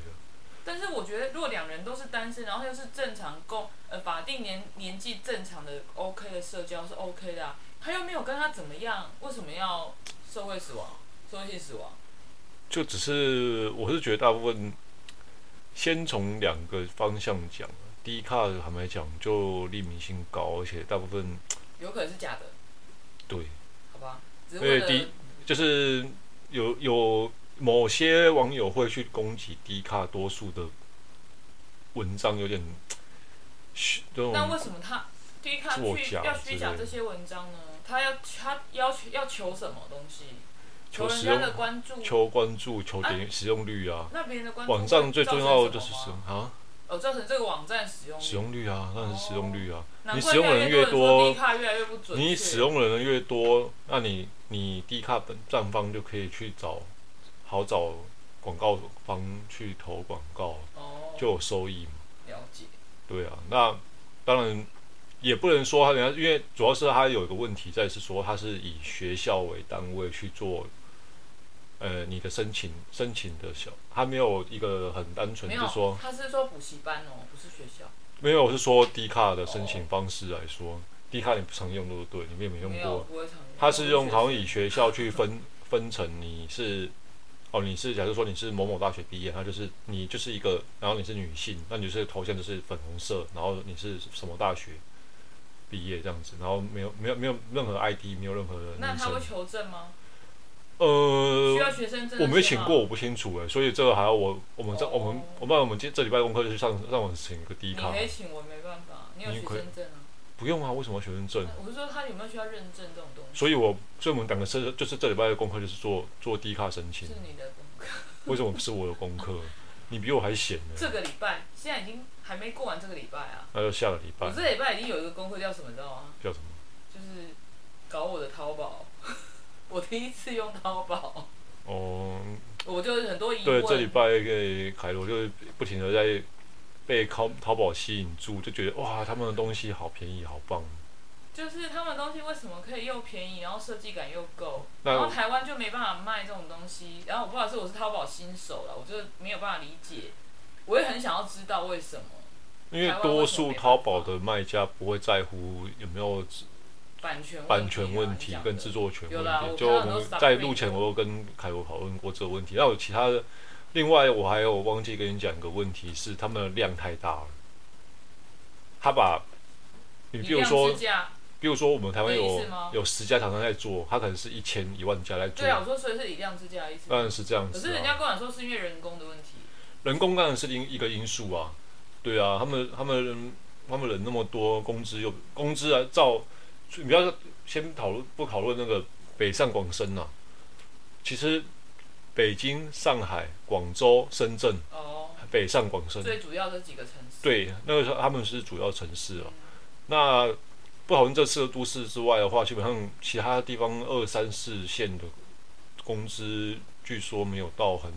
Speaker 2: 但是我觉得，如果两人都是单身，然后又是正常公呃法定年年纪正常的 OK 的社交是 OK 的、啊，他又没有跟他怎么样，为什么要社会死亡、社会性死亡？
Speaker 1: 就只是我是觉得大部分先从两个方向讲，第一卡坦白讲就利民性高，而且大部分
Speaker 2: 有可能是假的，
Speaker 1: 对，
Speaker 2: 好吧？只是
Speaker 1: 因
Speaker 2: 为
Speaker 1: 为
Speaker 2: 了
Speaker 1: 第就是有有某些网友会去攻击低卡多数的文章有点虚这
Speaker 2: 那
Speaker 1: 种
Speaker 2: 为什么他第一看
Speaker 1: 作
Speaker 2: 去
Speaker 1: 假
Speaker 2: 要
Speaker 1: 之
Speaker 2: 虚
Speaker 1: 类
Speaker 2: 假
Speaker 1: 的
Speaker 2: 这些文章呢？他要他要求要求什么东西？求
Speaker 1: 求
Speaker 2: 人
Speaker 1: 使
Speaker 2: 家
Speaker 1: 用、
Speaker 2: 的关注，
Speaker 1: 求关注、求点使用率啊。
Speaker 2: 那别人的关注
Speaker 1: 网站最重要的就是
Speaker 2: 会造成
Speaker 1: 使
Speaker 2: 什
Speaker 1: 用
Speaker 2: 么吗
Speaker 1: 啊，
Speaker 2: 哦，造成这个网站使用率
Speaker 1: 使用率啊，当然是使用率啊。
Speaker 2: 难
Speaker 1: 你
Speaker 2: 怪
Speaker 1: 使用的人
Speaker 2: 越来多
Speaker 1: 多
Speaker 2: 人说 D 卡越来越不准确。
Speaker 1: 你使用的人越多，那你你低卡本站方就可以去找好找广告方去投广告，
Speaker 2: 哦，
Speaker 1: 就有收益嘛。
Speaker 2: 了解，
Speaker 1: 对啊，那当然也不能说他人家，因为主要是他有一个问题在是说，他是以学校为单位去做，呃，你的申请申请的小，他没有一个很单纯，
Speaker 2: 没
Speaker 1: 就
Speaker 2: 有
Speaker 1: 是说，
Speaker 2: 他是说补习班哦，不是学校，
Speaker 1: 没有，我是说低卡的申请方式来说，低卡你不常用对不对？你们也没用
Speaker 2: 没有
Speaker 1: 过，
Speaker 2: 不会常用。
Speaker 1: 他是用好像
Speaker 2: 我
Speaker 1: 以
Speaker 2: 是学
Speaker 1: 学校去分分成，你是哦，你是假如说你是某某大学毕业，那就是你就是一个，然后你是女性，那你就是头像就是粉红色，然后你是什么大学毕业这样子，然后没有没有没有任何 ID，没有任何
Speaker 2: 生那
Speaker 1: 名
Speaker 2: 他会
Speaker 1: 称。
Speaker 2: 求证吗？需要
Speaker 1: 呃，
Speaker 2: 学生证？
Speaker 1: 我没请过，。我不清楚哎，所以这个还要我我们这、
Speaker 2: 哦
Speaker 1: 我们我不然我们今这礼拜功课就去上上网请一个
Speaker 2: 你
Speaker 1: 低卡
Speaker 2: 可，以请我，没办法，你有
Speaker 1: 你
Speaker 2: 学
Speaker 1: 可以
Speaker 2: 生证啊？
Speaker 1: 不用啊，为什么要学生证？
Speaker 2: 那我是说他有没有需要认证这种东西？
Speaker 1: 所以我所以我们两个是就是这礼拜的功课就是做做低卡申请
Speaker 2: 是。你的功课。
Speaker 1: 为什么不是我的功课？你比我还闲
Speaker 2: 这
Speaker 1: 呢。
Speaker 2: 个礼拜现在已经还没过完这个礼拜啊，
Speaker 1: 那就下个礼拜
Speaker 2: 我这礼拜已经有一个功课叫什么，你知道吗？
Speaker 1: 叫什么？
Speaker 2: 就是搞我的淘宝， 我第一次用淘宝，
Speaker 1: 哦，
Speaker 2: 我就有很多疑
Speaker 1: 对，
Speaker 2: 问。
Speaker 1: 这礼拜给凯罗就是不停的在被淘淘宝吸引住，就觉得哇，他们的东西好便宜，好棒。
Speaker 2: 就是他们东西为什么可以又便宜，然后设计感又够，
Speaker 1: 那
Speaker 2: 然后台湾就没办法卖这种东西。然后我不好意思，我是淘宝新手了，我就没有办法理解，我也很想要知道为什么
Speaker 1: 因为多数淘宝的卖家不会在乎有没有
Speaker 2: 版权问题啊
Speaker 1: 版权问题跟制。作权问
Speaker 2: 有啦
Speaker 1: 题。
Speaker 2: 我
Speaker 1: 就
Speaker 2: 看
Speaker 1: 我
Speaker 2: 到很多
Speaker 1: 们
Speaker 2: Submarine
Speaker 1: 在录前，我有跟凯罗讨论过这个问题。那有其他的，另外我还有忘记跟你讲一个问题是，他们的量太大了。他把，你
Speaker 2: 你
Speaker 1: 比如说
Speaker 2: 量制，价
Speaker 1: 比如说我们台湾
Speaker 2: 有
Speaker 1: 有
Speaker 2: 意思吗
Speaker 1: 有十家厂商在做，他可能是一千一万家在做
Speaker 2: 对，啊，我说所以是以量制价的意思。
Speaker 1: 当然是这样
Speaker 2: 可
Speaker 1: 子、啊。
Speaker 2: 是人家跟我说是因为人工的问题，
Speaker 1: 人工当然是另一个因素啊，对啊，他们他们人他们人那么多，工资又工资啊，照你不要先讨论不讨论那个北上广深啊，其实北京、上海、广州、深圳、
Speaker 2: 哦，
Speaker 1: 北上广深，
Speaker 2: 最主要这几个城市。
Speaker 1: 对，那个时候他们是主要城市啊
Speaker 2: 嗯。
Speaker 1: 那不讨论这次的都市之外的话，基本上其他地方二三四线的工资据说没有到很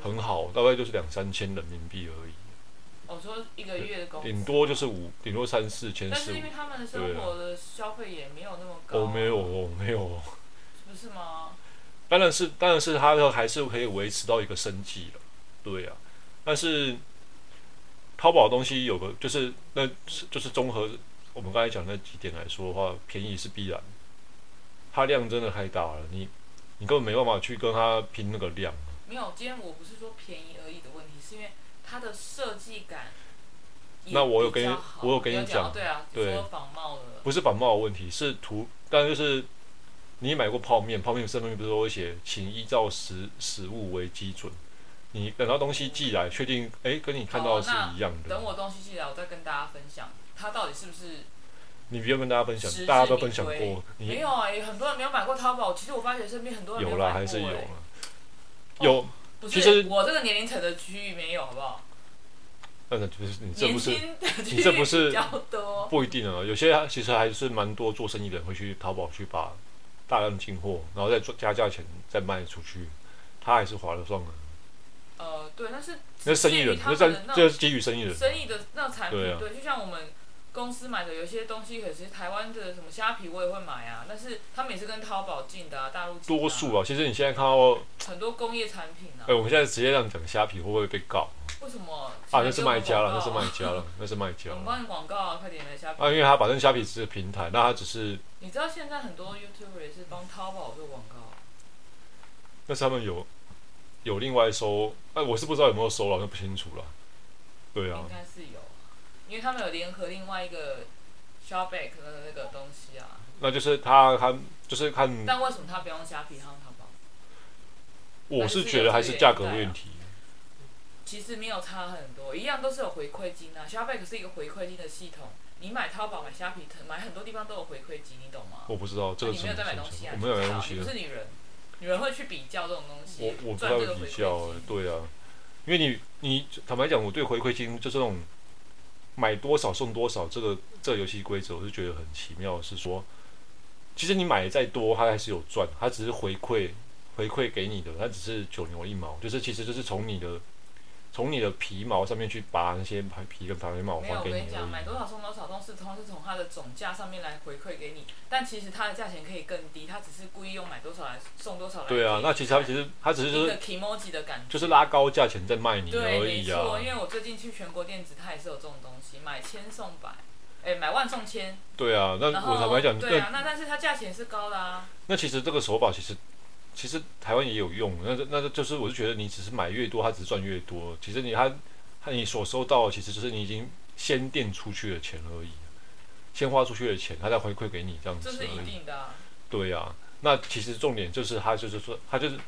Speaker 2: 很，
Speaker 1: 很好，大概就是两三千人民币而已。
Speaker 2: 我哦说一个月的工资，
Speaker 1: 顶多就是五，顶多三四千
Speaker 2: 哦但
Speaker 1: 四
Speaker 2: 是
Speaker 1: 五
Speaker 2: 因为。他们的生活的消费也没有那么高，
Speaker 1: 啊哦，没有，哦，没有哦。
Speaker 2: 不是吗？
Speaker 1: 当然是，当然是他还是可以维持到一个生计了，对呀、但是淘宝的东西有个就是那就是综合我们刚才讲那几点来说的话，便宜是必然，它量真的太大了，你你根本没办法去跟它拼那个量。
Speaker 2: 没有，今天我不是说便宜而已的问题，是因为它的设计感也比较
Speaker 1: 那
Speaker 2: 好。
Speaker 1: 我有跟你我有跟你
Speaker 2: 要讲
Speaker 1: 讲
Speaker 2: 对啊，
Speaker 1: 对
Speaker 2: 说仿冒的，
Speaker 1: 不是仿冒的问题，是图。当然就是你买过泡面，泡面上面不是都会写“请依照食食物为基准”。你等到东西寄来，确定哎、诶跟你看到的是一样的，
Speaker 2: 等我东西寄来，我再跟大家分享它到底是不是
Speaker 1: 你不用跟大家分享
Speaker 2: 实，至
Speaker 1: 大家都分享
Speaker 2: 名归
Speaker 1: 过，
Speaker 2: 没
Speaker 1: 你
Speaker 2: 有啊？也很多人没有买过淘宝，其实我发觉身边很多人没
Speaker 1: 有
Speaker 2: 买
Speaker 1: 啦
Speaker 2: 过、哎
Speaker 1: 还是有啊
Speaker 2: 欸
Speaker 1: 啦，有，
Speaker 2: 不
Speaker 1: 其实
Speaker 2: 是我这个年龄层的区域没有，好不好？
Speaker 1: 那你不是你这
Speaker 2: 年
Speaker 1: 不是
Speaker 2: 轻的区
Speaker 1: 你这不
Speaker 2: 域
Speaker 1: 是
Speaker 2: 比较多。
Speaker 1: 不一定啊，有些其实还是蛮多做生意的人会去淘宝去把大量进货，然后再做加价钱再卖出去，他还是划得算的。啊
Speaker 2: 呃，对，但是
Speaker 1: 那生意人，
Speaker 2: 他
Speaker 1: 那
Speaker 2: 们的
Speaker 1: 是
Speaker 2: 那
Speaker 1: 这
Speaker 2: 种
Speaker 1: 是基于生意人，啊
Speaker 2: 生意的那产品，
Speaker 1: 对啊
Speaker 2: 对，就像我们公司买的有些东西，可是台湾的什么虾皮我也会买啊，但是他们也是跟淘宝进的啊，大陆进的啊
Speaker 1: 多数啊，其实你现在看到
Speaker 2: 很多工业产品啊
Speaker 1: 哎、，我们现在直接这样讲虾皮会不会被告
Speaker 2: 为什么
Speaker 1: 啊？那是卖家了，那是卖
Speaker 2: 家。
Speaker 1: 家了，那是卖家
Speaker 2: 我们
Speaker 1: 了。
Speaker 2: 帮你广告啊，快点来虾皮。
Speaker 1: 啊，因为它反正虾皮是个平台，那它只是
Speaker 2: 你知道现在很多 YouTuber 也是帮淘宝做广告啊，
Speaker 1: 那是他们有有另外收，哎、我是不知道有没有收了，那不清楚了。对啊
Speaker 2: 应，该是有，因为他们有联合另外一个 Shopback 的那个东西啊。
Speaker 1: 那就是他看就是看，
Speaker 2: 但为什么他不用虾皮，他用淘宝？
Speaker 1: 我是觉得还是价格问题。
Speaker 2: 啊其实没有差很多，一样都是有回馈金啊。Shopback 是一个回馈金的系统，你买淘宝、买虾皮、买很多地方都有回馈金，你懂吗？
Speaker 1: 我不知道这
Speaker 2: 啊
Speaker 1: 个
Speaker 2: 你
Speaker 1: 是
Speaker 2: 没
Speaker 1: 什么
Speaker 2: 有在买
Speaker 1: 情
Speaker 2: 东西
Speaker 1: 况，
Speaker 2: 啊？
Speaker 1: 我没有买
Speaker 2: 你
Speaker 1: 东
Speaker 2: 知道
Speaker 1: 西
Speaker 2: 你不，是女人，女人会去比较这种东西
Speaker 1: 我，我不
Speaker 2: 赚这
Speaker 1: 太
Speaker 2: 个
Speaker 1: 会
Speaker 2: 回
Speaker 1: 比
Speaker 2: 馈
Speaker 1: 较、哎
Speaker 2: 金。
Speaker 1: 对啊，因为你你坦白讲，我对回馈金就这种买多少送多少这个这个游戏规则，我是觉得很奇妙，是说其实你买的再多，它还是有赚，它只是回馈回馈给你的，它只是九牛一毛，就是其实就是从你的从你的皮毛上面去拔那些排皮跟排毛
Speaker 2: 没有，
Speaker 1: 还
Speaker 2: 我
Speaker 1: 给
Speaker 2: 跟
Speaker 1: 你
Speaker 2: 你讲，
Speaker 1: 而
Speaker 2: 买
Speaker 1: 已。
Speaker 2: 多少送多少东西，通常是从它的总价上面来回馈给你，但其实它的价钱可以更低，它只是故意用买多少来送多少来给你。
Speaker 1: 对啊，那其实它其实它只是就
Speaker 2: 一
Speaker 1: 是
Speaker 2: 个 emoji 的感觉。
Speaker 1: 就是拉高价钱在卖你
Speaker 2: 对，
Speaker 1: 而
Speaker 2: 没
Speaker 1: 已
Speaker 2: 错，
Speaker 1: 啊。
Speaker 2: 因为我最近去全国电子，它也是有这种东西，买千送百，哎、买万送千，
Speaker 1: 对啊，那
Speaker 2: 然
Speaker 1: 我坦
Speaker 2: 后
Speaker 1: 白讲，
Speaker 2: 对
Speaker 1: 那
Speaker 2: 啊，那但是它价钱是高的啊，
Speaker 1: 那其实这个手法其实其实台湾也有用，那那就是我是觉得你只是买越多，它只是赚越多。其实你它它你所收到的其实就是你已经先垫出去的钱而已，先花出去的钱，它再回馈给你这样子
Speaker 2: 这是一
Speaker 1: 而已。
Speaker 2: 定的、啊。
Speaker 1: 对呀、那其实重点就是它就是说它就是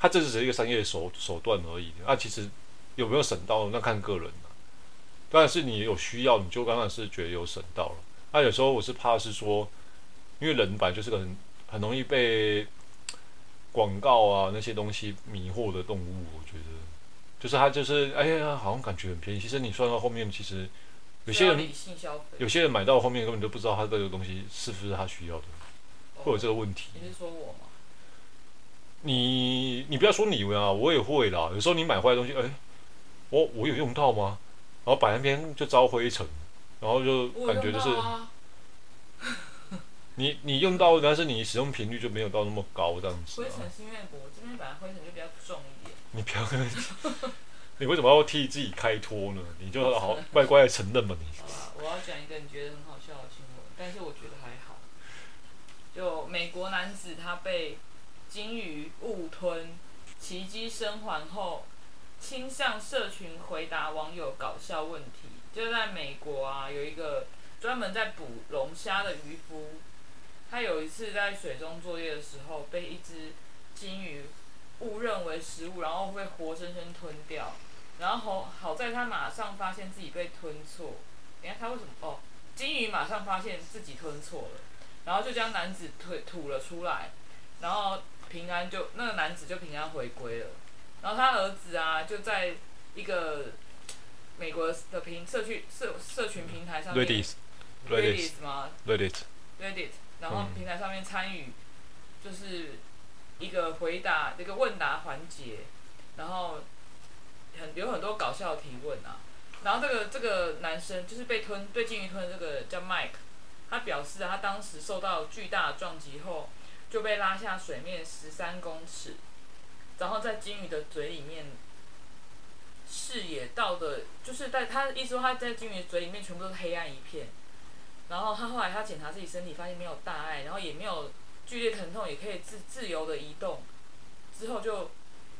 Speaker 1: 它这只是一个商业手手段而已。那其实有没有省到，那看个人了、当然是你有需要，你就当然是觉得有省到了。那有时候我是怕是说，因为人本来就是个很很容易被广告啊那些东西迷惑的动物，我觉得就是它就是哎呀，好像感觉很便宜。其实你算到后面，其实有些
Speaker 2: 需要
Speaker 1: 人
Speaker 2: 理性消费，
Speaker 1: 有些人买到后面根本就不知道他这个东西是不是他需要的，会有这
Speaker 2: 哦
Speaker 1: 个问题。
Speaker 2: 你是说我吗？
Speaker 1: 你你不要说你啊，我也会啦。有时候你买坏东西，哎、我我有用到吗？然后摆那边就招灰尘，然后就
Speaker 2: 我
Speaker 1: 感
Speaker 2: 有
Speaker 1: 觉
Speaker 2: 用
Speaker 1: 就
Speaker 2: 到
Speaker 1: 是
Speaker 2: 啊，
Speaker 1: 你你用到，但是你使用频率就没有到那么高这样子、
Speaker 2: 灰
Speaker 1: 啊。
Speaker 2: 尘是因为我这边本来灰尘就比较重一点，
Speaker 1: 你不要， 你为什么要替自己开脱呢？你就好 好乖乖的承认吧你。
Speaker 2: 好吧，我要讲一个你觉得很好笑的新闻，但是我觉得还好。就美国男子他被鲸鱼误吞，奇迹生还后，亲向社群回答网友搞笑问题。就在美国啊，有一个专门在捕龙虾的渔夫，他有一次在水中作业的时候，被一只鲸鱼误认为食物，然后会活生生吞掉。然后好好在他马上发现自己被吞错，你看他为什么？哦，金鱼马上发现自己吞错了，然后就将男子吐吐了出来，然后平安就那个男子就平安回归了。然后他儿子啊，就在一个美国的平社区社社群平台上面
Speaker 1: Reddit Reddit
Speaker 2: Reddit 吗？
Speaker 1: Reddit，
Speaker 2: Reddit，然后
Speaker 1: 嗯
Speaker 2: 平台上面参与就是一个回答一个问答环节，然后很有很多搞笑的提问啊。然后这个这个男生就是被吞被鲸鱼吞的这个叫 Mike，他表示啊他当时受到巨大的撞击后就被拉下水面十三公尺，然后在鲸鱼的嘴里面视野到的，就是在他意思说他在鲸鱼嘴里面全部都是黑暗一片。然后他后来他检查自己身体，发现没有大碍，然后也没有剧烈疼痛，也可以自自由的移动。之后就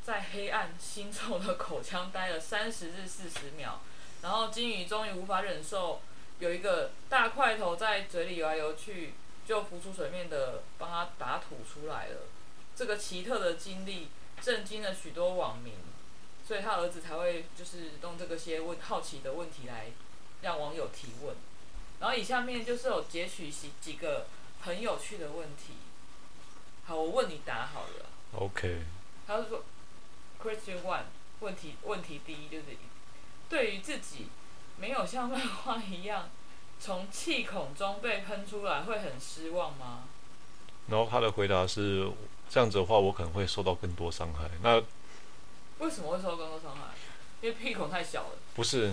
Speaker 2: 在黑暗腥臭的口腔待了三十至四十秒，然后金鱼终于无法忍受有一个大块头在嘴里游来游去，就浮出水面的帮他把它吐出来了。这个奇特的经历震惊了许多网民，所以他儿子才会就是用这个些问好奇的问题来让网友提问。然后以下面就是有截取几几个很有趣的问题。好，我问你答好了。
Speaker 1: OK，
Speaker 2: 他是说，Question One 问题问题第一就是，对于自己没有像漫画一样从气孔中被喷出来会很失望吗？
Speaker 1: 然后他的回答是这样子的话，我可能会受到更多伤害。那
Speaker 2: 为什么会受到更多伤害？因为屁孔太小了，
Speaker 1: 不是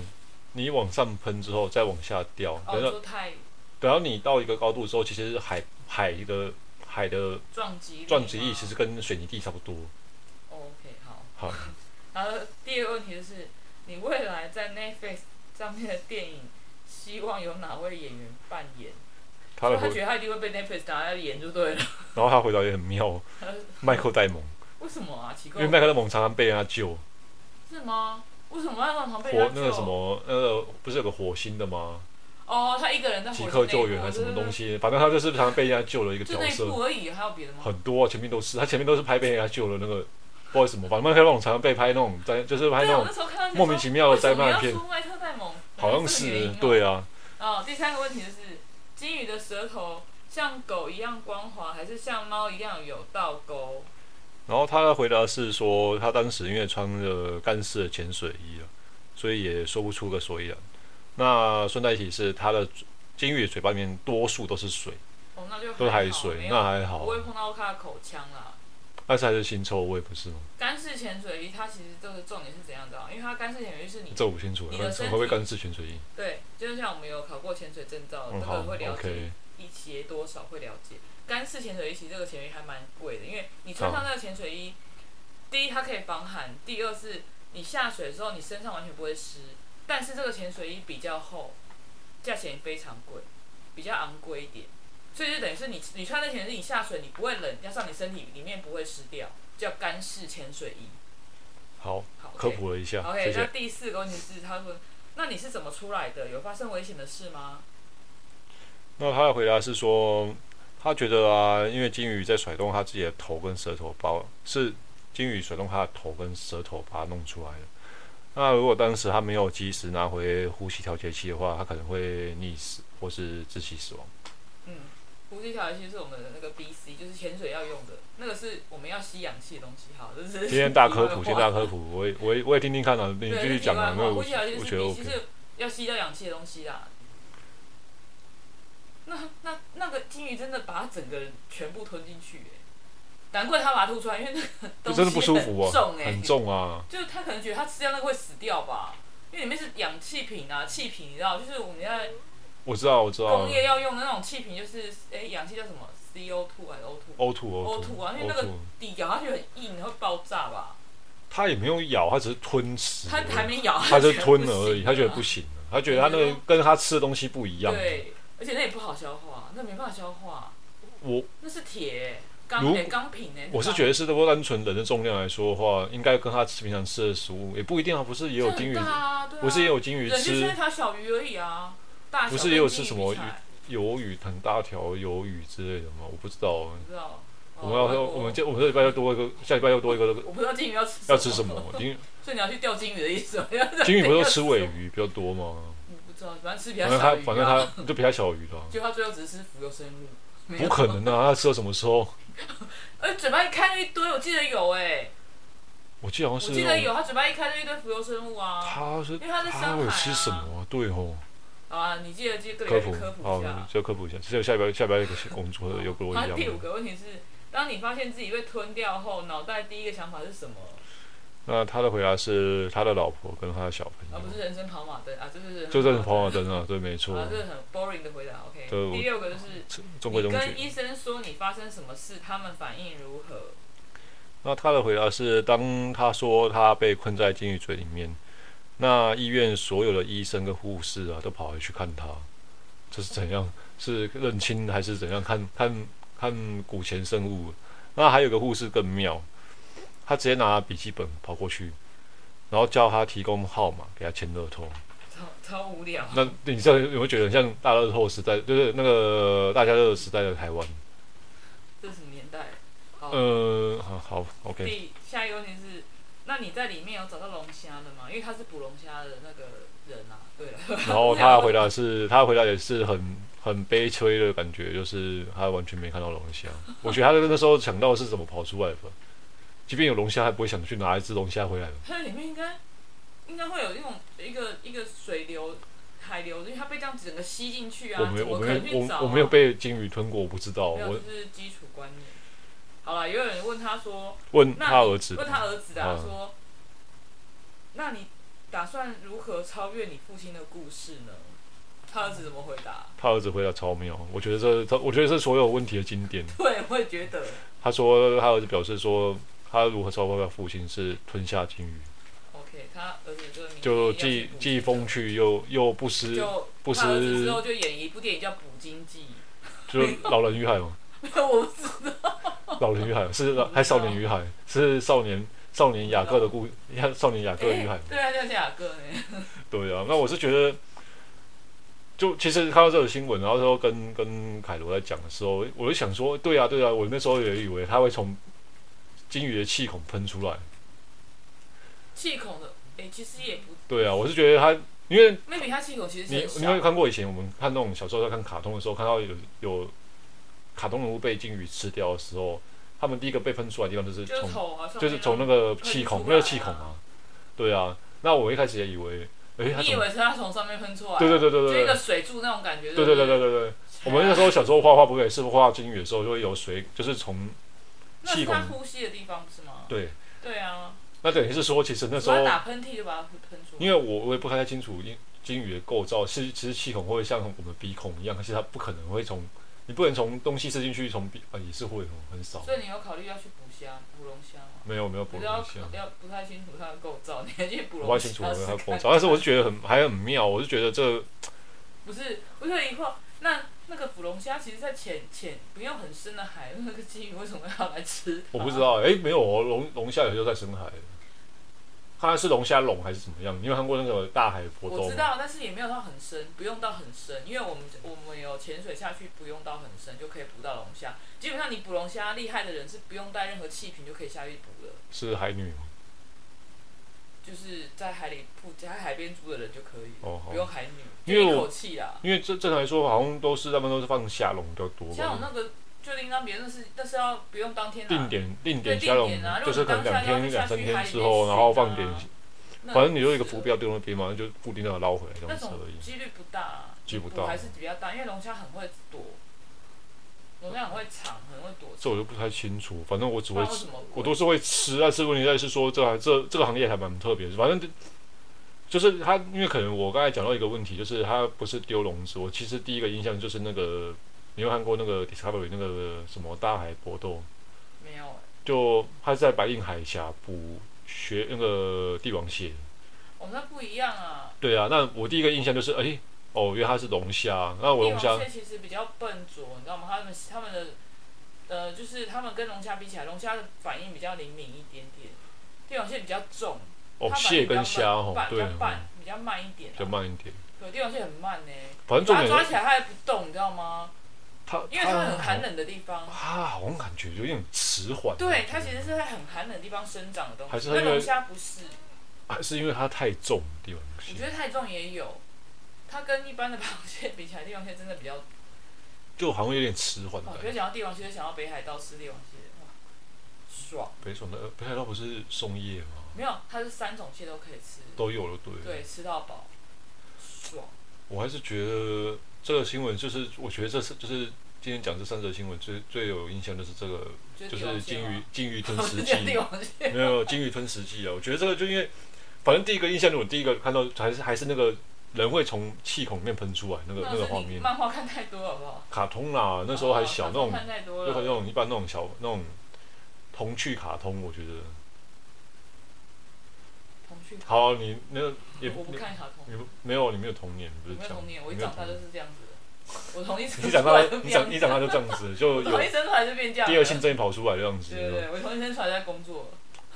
Speaker 1: 你往上喷之后再往下掉，
Speaker 2: 哦，
Speaker 1: 等到
Speaker 2: 就太
Speaker 1: 等到啊你到一个高度之后，其实海海的海的
Speaker 2: 撞击力吗
Speaker 1: 撞击力其实跟水泥地差不多。
Speaker 2: 哦 OK 好。
Speaker 1: 好，
Speaker 2: 然后第二个问题就是，你未来在 Netflix 上面的电影，希望有哪位演员扮演？
Speaker 1: 他的
Speaker 2: 他
Speaker 1: 回，
Speaker 2: 觉得他一定会被 Netflix 拿来演就对了。
Speaker 1: 然后他回答也很
Speaker 2: 嗯
Speaker 1: 妙，麦克戴蒙，
Speaker 2: 为什么啊？奇
Speaker 1: 因
Speaker 2: 怪
Speaker 1: 为，麦克戴蒙常常被人家救，火
Speaker 2: 是吗？为什么要让旁边
Speaker 1: 那个什么那个不是有个火星的吗？
Speaker 2: 哦，他一个人在火
Speaker 1: 极
Speaker 2: 星
Speaker 1: 客救
Speaker 2: 内
Speaker 1: 援
Speaker 2: 部啊
Speaker 1: 还是什么东
Speaker 2: 对
Speaker 1: 西，反正他就是常常被人家救了一个
Speaker 2: 对对就
Speaker 1: 角
Speaker 2: 那一
Speaker 1: 色，
Speaker 2: 部而已，还有别的吗？
Speaker 1: 很多啊前面都是他前面都是拍被人家救了那个，不知道为什么，反正麦克戴蒙常常被拍那种在就是拍那
Speaker 2: 对啊，
Speaker 1: 种
Speaker 2: 我那时候看到
Speaker 1: 莫名其妙的灾难
Speaker 2: 片，为
Speaker 1: 片
Speaker 2: 什么要出麦特戴蒙，
Speaker 1: 好像
Speaker 2: 这个原
Speaker 1: 是
Speaker 2: 因哦
Speaker 1: 对啊，
Speaker 2: 哦，第三个问题就是，金鱼的舌头像狗一样光滑，还是像猫一样有倒钩？
Speaker 1: 然后他的回答是说，他当时因为穿着干式的潜水衣啊，所以也说不出个所以然。那顺带一提是，他的嘴鲸鱼的嘴巴里面多数都是水，
Speaker 2: 哦，那就
Speaker 1: 都是海
Speaker 2: 好
Speaker 1: 水
Speaker 2: 没，有
Speaker 1: 那还好
Speaker 2: 不，会碰到他的口腔啦。
Speaker 1: 但是还是腥臭味，不是吗？
Speaker 2: 干式潜水衣它其实这个重点是怎样的、啊？因为它干式潜水衣是你
Speaker 1: 这我不清楚，
Speaker 2: 你的
Speaker 1: 但是
Speaker 2: 身体
Speaker 1: 会不会干式潜水衣？
Speaker 2: 对，就是像我们有考过潜水证照，
Speaker 1: 嗯，
Speaker 2: 这
Speaker 1: 好
Speaker 2: 个会了解
Speaker 1: ，OK，
Speaker 2: 一些多少会了解。干式潜水衣其实这个潜水衣还蛮贵的，因为你穿上这个潜水
Speaker 1: 哦
Speaker 2: 衣，第一它可以防寒，第二是你下水之后你身上完全不会湿。但是这个潜水衣比较厚，价钱非常贵，比较昂贵一点，所以就等于是你你穿这潜水衣你下水你不会冷，加上你身体里面不会湿掉，叫干式潜水衣。
Speaker 1: 好，
Speaker 2: 好
Speaker 1: 科
Speaker 2: ，OK，
Speaker 1: 普了一下，谢
Speaker 2: OK，那
Speaker 1: 谢。
Speaker 2: 第四个问题是，他说：“那你是怎么出来的？有发生危险的事吗
Speaker 1: 那他的回答是说，他觉得啊，因为金鱼在甩动他自己的头跟舌头把，是金鱼甩动他的头跟舌头把它弄出来的。那如果当时他没有及时拿回呼吸调节器的话，他可能会溺死或是窒息死 亡。？”
Speaker 2: 嗯，呼吸调节器是我们的那个 BC，就是潜水要用的，那个是我们要吸氧气的东西。好，这是
Speaker 1: 今天大科普，
Speaker 2: 题外话
Speaker 1: 今天大科普，我也我也我也听听看啊，你
Speaker 2: 对，
Speaker 1: 继
Speaker 2: 这是
Speaker 1: 续
Speaker 2: 题
Speaker 1: 讲
Speaker 2: 外
Speaker 1: 啊，
Speaker 2: 话
Speaker 1: 那我
Speaker 2: 呼吸调节器
Speaker 1: 我
Speaker 2: 是
Speaker 1: 觉得
Speaker 2: BC
Speaker 1: OK。
Speaker 2: 是要吸到氧气的东西啦。那那那个金鱼真的把它整个人全部吞进去、欸，难怪它把它吐出来，因 为那个
Speaker 1: 这
Speaker 2: 东西
Speaker 1: 真的不舒服啊
Speaker 2: 很重，哎、
Speaker 1: 很重啊。
Speaker 2: 就是他可能觉得他吃掉那个会死掉吧，因为里面是氧气瓶啊，气瓶你知道，就是我们在
Speaker 1: 我知道，我知道
Speaker 2: 工。业要用的那种气瓶，就是哎、诶氧气叫什么 CO 2还是 O 2
Speaker 1: O two O
Speaker 2: O2
Speaker 1: two
Speaker 2: 啊因为那个底咬下去很硬，会爆炸吧？
Speaker 1: 他也没有咬，他只是吞食
Speaker 2: 他
Speaker 1: 而已。
Speaker 2: 还没咬，
Speaker 1: 他就
Speaker 2: 觉得
Speaker 1: 吞
Speaker 2: 不
Speaker 1: 了而已，
Speaker 2: 行
Speaker 1: 他觉得不
Speaker 2: 啊
Speaker 1: 行了，他觉得他那个跟他吃的东西不一样。
Speaker 2: 对，而且那也不好消化，那没办法消化，
Speaker 1: 我
Speaker 2: 那是铁钢
Speaker 1: 如
Speaker 2: 诶钢瓶哎、
Speaker 1: 我是
Speaker 2: 得
Speaker 1: 觉得是，如果单纯人的重量来说的话，应该跟他吃平常吃的食物也不一定啊，不是也有金鱼，
Speaker 2: 啊，对啊，
Speaker 1: 不是也有金鱼
Speaker 2: 人就是
Speaker 1: 吃
Speaker 2: 那条小鱼而已啊，大小
Speaker 1: 不是也有
Speaker 2: 跟
Speaker 1: 吃
Speaker 2: 金鱼
Speaker 1: 什么
Speaker 2: 比起来
Speaker 1: 鱿鱼很大条鱿鱼之类的吗？我不知道。
Speaker 2: 不知道，
Speaker 1: 我们要
Speaker 2: 哦
Speaker 1: 我们这我们这礼拜又多一个，下礼拜又多一个
Speaker 2: 我不知道金鱼要吃
Speaker 1: 要吃什么？ 金
Speaker 2: 所以你要去钓金鱼的意思吗？
Speaker 1: 金鱼不是都吃尾鱼比较多吗？
Speaker 2: 我不知道，反正吃比较
Speaker 1: 反正
Speaker 2: 小
Speaker 1: 他
Speaker 2: 鱼、啊。
Speaker 1: 反正他就比他小鱼 了，
Speaker 2: 就他最后只是吃浮游生物，没
Speaker 1: 不
Speaker 2: 有。
Speaker 1: 可能啊！他吃到什么时候？
Speaker 2: 而哎嘴巴一开就一堆，我记得有哎、
Speaker 1: 我记得好
Speaker 2: 我
Speaker 1: 像哦是
Speaker 2: 记
Speaker 1: 那
Speaker 2: 得
Speaker 1: 种
Speaker 2: 有，他嘴巴一开就一堆浮游生物啊。
Speaker 1: 他是
Speaker 2: 因为它是深海啊
Speaker 1: 有吃什么啊？对吼。
Speaker 2: 好啊，你记得记得
Speaker 1: 科
Speaker 2: 对，
Speaker 1: 普
Speaker 2: 去科，普
Speaker 1: 好
Speaker 2: 一下，。
Speaker 1: 就科普一下。只有下一拜，下一拜我们做的有跟我一
Speaker 2: 好
Speaker 1: 样
Speaker 2: 第五
Speaker 1: 的。
Speaker 2: 个问题是，当你发现自己被吞掉后，脑袋第一个想法是什么？
Speaker 1: 那他的回答是他的老婆跟他的小
Speaker 2: 啊，
Speaker 1: 朋友
Speaker 2: 不，是人生跑马灯啊，这就是
Speaker 1: 就
Speaker 2: 人
Speaker 1: 是
Speaker 2: 生
Speaker 1: 跑马灯啊，对，没错
Speaker 2: 啊，，这是很 boring 的回答。OK，
Speaker 1: 对我
Speaker 2: 第六个就是
Speaker 1: 中规
Speaker 2: 你
Speaker 1: 中矩。
Speaker 2: 跟医生说你发生什么事，他们反应如何？
Speaker 1: 那他的回答是，当他说他被困在金鱼嘴里面，那医院所有的医生跟护士啊，都跑回去看他，这是怎样？是认亲还是怎样？看看看古前生物。那还有个护士更妙，他直接拿笔记本跑过去，然后叫他提供号码给他签乐透。
Speaker 2: 超超无聊。啊
Speaker 1: 那你这有没有觉得很像大乐透时代，就是那个大家乐时代的台湾？
Speaker 2: 这是什么年代？好，
Speaker 1: 呃，好好，OK，
Speaker 2: 第下一个问题是，那你在里面有找到龙虾的吗？因为他是捕龙虾的那个人啊。对了，
Speaker 1: 然后他的回答是，他的回答也是很很悲催的感觉，就是他完全没看到龙虾。我觉得他那时候想到是怎么跑出来的，即便有龙虾，还不会想去拿一只龙虾回来吧。
Speaker 2: 它里面应该应该会有那种一个一个水流、海流，因为它被这样整个吸进去啊，
Speaker 1: 我
Speaker 2: 怎
Speaker 1: 没，我
Speaker 2: 么可能
Speaker 1: 没，
Speaker 2: 去找、啊
Speaker 1: 我我没有，被金鱼吞过，我不知道。
Speaker 2: 没有，
Speaker 1: 我
Speaker 2: 这是基础观念。好了，也有人问他说，
Speaker 1: 问
Speaker 2: 那
Speaker 1: 嗯他
Speaker 2: 你
Speaker 1: 儿子，
Speaker 2: 问他儿子啊，
Speaker 1: 嗯
Speaker 2: 说，那你打算如何超越你父亲的故事呢？他儿子怎么回答？
Speaker 1: 他儿子回答超妙，我觉得这他，我觉得这是所有问题的经典。
Speaker 2: 对，我也觉得。
Speaker 1: 他说他儿子表示说，他如何超过他父亲是吞下金鱼，
Speaker 2: OK，他儿子这个名字
Speaker 1: 就
Speaker 2: 哎要
Speaker 1: 既
Speaker 2: 去捕
Speaker 1: 既
Speaker 2: 鲸
Speaker 1: 风趣又又不失，
Speaker 2: 就
Speaker 1: 不
Speaker 2: 他儿子
Speaker 1: 失
Speaker 2: 之后就演一部电影叫《捕鲸记
Speaker 1: 就是老人与海嘛，》，
Speaker 2: 我不知
Speaker 1: 老人与海是
Speaker 2: 道
Speaker 1: 还少年与海，是少年少年雅各的故，少年雅各与海
Speaker 2: 哎， 对啊，叫雅各呢。
Speaker 1: 对啊，那我是觉得，就其实看到这个新闻，然后说跟跟凯罗在讲的时候，我就想说，对啊对啊，我那时候也以为他会从金鱼的气孔喷出来，
Speaker 2: 气孔的，哎、其实也不
Speaker 1: 对啊，我是觉得他因为
Speaker 2: ，maybe 他气孔其实
Speaker 1: 哦你
Speaker 2: 是
Speaker 1: 你有
Speaker 2: 很小，
Speaker 1: 看过以前我们看那种小时候在看卡通的时候，看到有有卡通人物被鲸鱼吃掉的时候，他们第一个被喷出来的地方就是
Speaker 2: 就是
Speaker 1: 从
Speaker 2: 头啊好像
Speaker 1: 就是从那
Speaker 2: 个，
Speaker 1: 个
Speaker 2: 喷
Speaker 1: 气
Speaker 2: 出
Speaker 1: 孔，
Speaker 2: 来
Speaker 1: 那个气孔
Speaker 2: 啊
Speaker 1: 啊，对啊。那我一开始也以为，哎、他
Speaker 2: 你以
Speaker 1: 怎么？
Speaker 2: 为是它从上面喷出来？啊
Speaker 1: 对对对对
Speaker 2: 就一
Speaker 1: 对
Speaker 2: 个
Speaker 1: 对
Speaker 2: 水柱那种感觉。
Speaker 1: 对对对对对对。我们那
Speaker 2: 哎
Speaker 1: 时候小时候画画，不也是画金鱼的时候，就会有水，就是从
Speaker 2: 那
Speaker 1: 气
Speaker 2: 是
Speaker 1: 孔
Speaker 2: 它。呼吸的地方，不是吗？
Speaker 1: 对，
Speaker 2: 对啊，
Speaker 1: 那等于是说，其实那时
Speaker 2: 所以
Speaker 1: 候
Speaker 2: 它打喷嚏就把它喷出来。
Speaker 1: 因为我我也不太清楚因鲸鱼的构造，是其实气孔会像我们鼻孔一样，可是它不可能会从你不能从东西吃进去，从鼻啊也是会哦，很少。
Speaker 2: 所以你有考虑要去捕虾、捕龙虾吗？
Speaker 1: 没有没有
Speaker 2: 不
Speaker 1: 捕
Speaker 2: 知
Speaker 1: 龙
Speaker 2: 道
Speaker 1: 虾，
Speaker 2: 要不太清楚它的构造，你 还去捕
Speaker 1: 我不太
Speaker 2: 龙虾？
Speaker 1: 清楚有没有它的构
Speaker 2: 看
Speaker 1: 造，但是我是觉得很还很妙，我是觉得这
Speaker 2: 不是，不是以后那那个捕龙虾，其实在浅浅不用很深的海，那个金鱼为什么要来吃它？
Speaker 1: 我不知道，哎、没有哦，龙龙虾有时候在深海，它是龙虾笼还是怎么样？你有看过那个大海搏斗
Speaker 2: 我
Speaker 1: 吗？
Speaker 2: 知道，但是也没有到很深，不用到很深，因为我们我们有潜水下去，不用到很深就可以捕到龙虾。基本上你捕龙虾厉害的人是不用带任何气瓶就可以下去捕的，
Speaker 1: 是海女吗？
Speaker 2: 就是在海里捕在海边住的人就可以，
Speaker 1: 哦，好
Speaker 2: 不，用海女，
Speaker 1: 因为
Speaker 2: 就一
Speaker 1: 我
Speaker 2: 口气啦。
Speaker 1: 因为这正常来说好像都是他们都是放虾笼比较多
Speaker 2: 像我
Speaker 1: 吧，
Speaker 2: 那个就另当别论是，但是要不用当天
Speaker 1: 定
Speaker 2: 拿，
Speaker 1: 点定
Speaker 2: 对
Speaker 1: 点
Speaker 2: 定
Speaker 1: 虾笼
Speaker 2: 点啊如
Speaker 1: 就
Speaker 2: 果
Speaker 1: 是
Speaker 2: 你
Speaker 1: 可能
Speaker 2: 当
Speaker 1: 两
Speaker 2: 下要
Speaker 1: 天
Speaker 2: 下
Speaker 1: 两
Speaker 2: 去
Speaker 1: 三
Speaker 2: 海
Speaker 1: 天
Speaker 2: 里
Speaker 1: 之
Speaker 2: 面
Speaker 1: 后，
Speaker 2: 洗
Speaker 1: 然后
Speaker 2: 啊
Speaker 1: 放点，
Speaker 2: 那啊
Speaker 1: 反正你就一个浮标丢那边嘛，就固定的捞回来这
Speaker 2: 那
Speaker 1: 样子
Speaker 2: 种
Speaker 1: 而已。
Speaker 2: 几率不大、啊，
Speaker 1: 几率不大
Speaker 2: 赌还是比较大，因为龙虾很会躲，龙虾很会藏，很会躲
Speaker 1: 这我就不太清楚，反正我只
Speaker 2: 不
Speaker 1: 会
Speaker 2: 然为
Speaker 1: 吃，
Speaker 2: 什么
Speaker 1: 我
Speaker 2: 鬼？
Speaker 1: 都是会吃，但是问题在于是说这还这这个行业还蛮特别的，反正就是他，因为可能我刚才讲到一个问题，就是他不是丢笼子，我其实第一个印象就是那个，你有看过那个 Discovery 那个什么大海搏斗，
Speaker 2: 没有、欸，
Speaker 1: 就他是在白令海峡捕学那个帝王蟹，
Speaker 2: 我们那不一样啊。
Speaker 1: 对啊，那我第一个印象就是，哎、哦，原来它是龙虾，那我龙
Speaker 2: 帝王
Speaker 1: 虾
Speaker 2: 蟹其实比较笨拙，你知道吗？他们他们的呃，就是他们跟龙虾比起来，龙虾的反应比较灵敏一点点，帝王蟹比较重，
Speaker 1: 哦
Speaker 2: 它反应
Speaker 1: 蟹
Speaker 2: 比较
Speaker 1: 跟虾哦
Speaker 2: 慢，比
Speaker 1: 对
Speaker 2: 较
Speaker 1: 哦，
Speaker 2: 慢，比较慢一点、
Speaker 1: 比较
Speaker 2: 啊。
Speaker 1: 慢一点，
Speaker 2: 对，帝王蟹很慢呢、
Speaker 1: 反正重
Speaker 2: 把它
Speaker 1: 点
Speaker 2: 抓
Speaker 1: 是
Speaker 2: 起来它还不动，你知道吗？
Speaker 1: 它，
Speaker 2: 因为它很
Speaker 1: 好
Speaker 2: 寒冷的地方。
Speaker 1: 啊，好像感觉有点迟缓。
Speaker 2: 对，它其实是在很寒冷的地方生长的东
Speaker 1: 还
Speaker 2: 西。
Speaker 1: 是它
Speaker 2: 那
Speaker 1: 因为
Speaker 2: 龙虾不是，
Speaker 1: 还是因为它太重帝王
Speaker 2: 我
Speaker 1: 蟹，
Speaker 2: 觉得太重也有，它跟一般的螃蟹比起来，帝王蟹真的比较。
Speaker 1: 就好像有点迟缓的
Speaker 2: 哦，
Speaker 1: 感
Speaker 2: 不
Speaker 1: 觉。
Speaker 2: 要讲到帝王蟹，就想到北海道吃帝王蟹，哇，爽！
Speaker 1: 北爽的呃北海道不是松叶吗？
Speaker 2: 没有，它是三种蟹都可以吃，
Speaker 1: 都有了，对。
Speaker 2: 对，吃到饱，爽。
Speaker 1: 我还是觉得这个新闻就是，我觉得这是就是今天讲这三则新闻最最有印象就是这个
Speaker 2: 就
Speaker 1: 就
Speaker 2: 帝王
Speaker 1: 是
Speaker 2: 蟹
Speaker 1: 金
Speaker 2: 吗
Speaker 1: 鱼金鱼吞
Speaker 2: 我
Speaker 1: 食
Speaker 2: 是
Speaker 1: 记
Speaker 2: 讲，帝王蟹，
Speaker 1: 没有金鱼吞食记啊。我觉得这个就因为，反正第一个印象，我第一个看到还是还是那个人会从气孔里面喷出来那个那个
Speaker 2: 是
Speaker 1: 画
Speaker 2: 你
Speaker 1: 面，
Speaker 2: 漫画看太多好不好？
Speaker 1: 卡通啦，那时候还
Speaker 2: 哦
Speaker 1: 小
Speaker 2: 卡
Speaker 1: 那
Speaker 2: 通
Speaker 1: 种
Speaker 2: 看太多
Speaker 1: 就很那
Speaker 2: 了。
Speaker 1: 种一般那种小那种童趣卡通，我觉得
Speaker 2: 童趣卡
Speaker 1: 好，你那也
Speaker 2: 我不
Speaker 1: 你
Speaker 2: 看卡通，
Speaker 1: 你不没有你没有童年，你
Speaker 2: 我
Speaker 1: 不
Speaker 2: 没
Speaker 1: 是这
Speaker 2: 有
Speaker 1: 样
Speaker 2: 童年，我一
Speaker 1: 你没有
Speaker 2: 长大
Speaker 1: 童
Speaker 2: 就
Speaker 1: 年
Speaker 2: 是这样子的。 我同意
Speaker 1: 你长大你长你长大就这样子，就
Speaker 2: 我
Speaker 1: 有
Speaker 2: 同一生出来就变这样了。
Speaker 1: 第二性征跑出来的样子。
Speaker 2: 对对对，我同一生出来就在工作，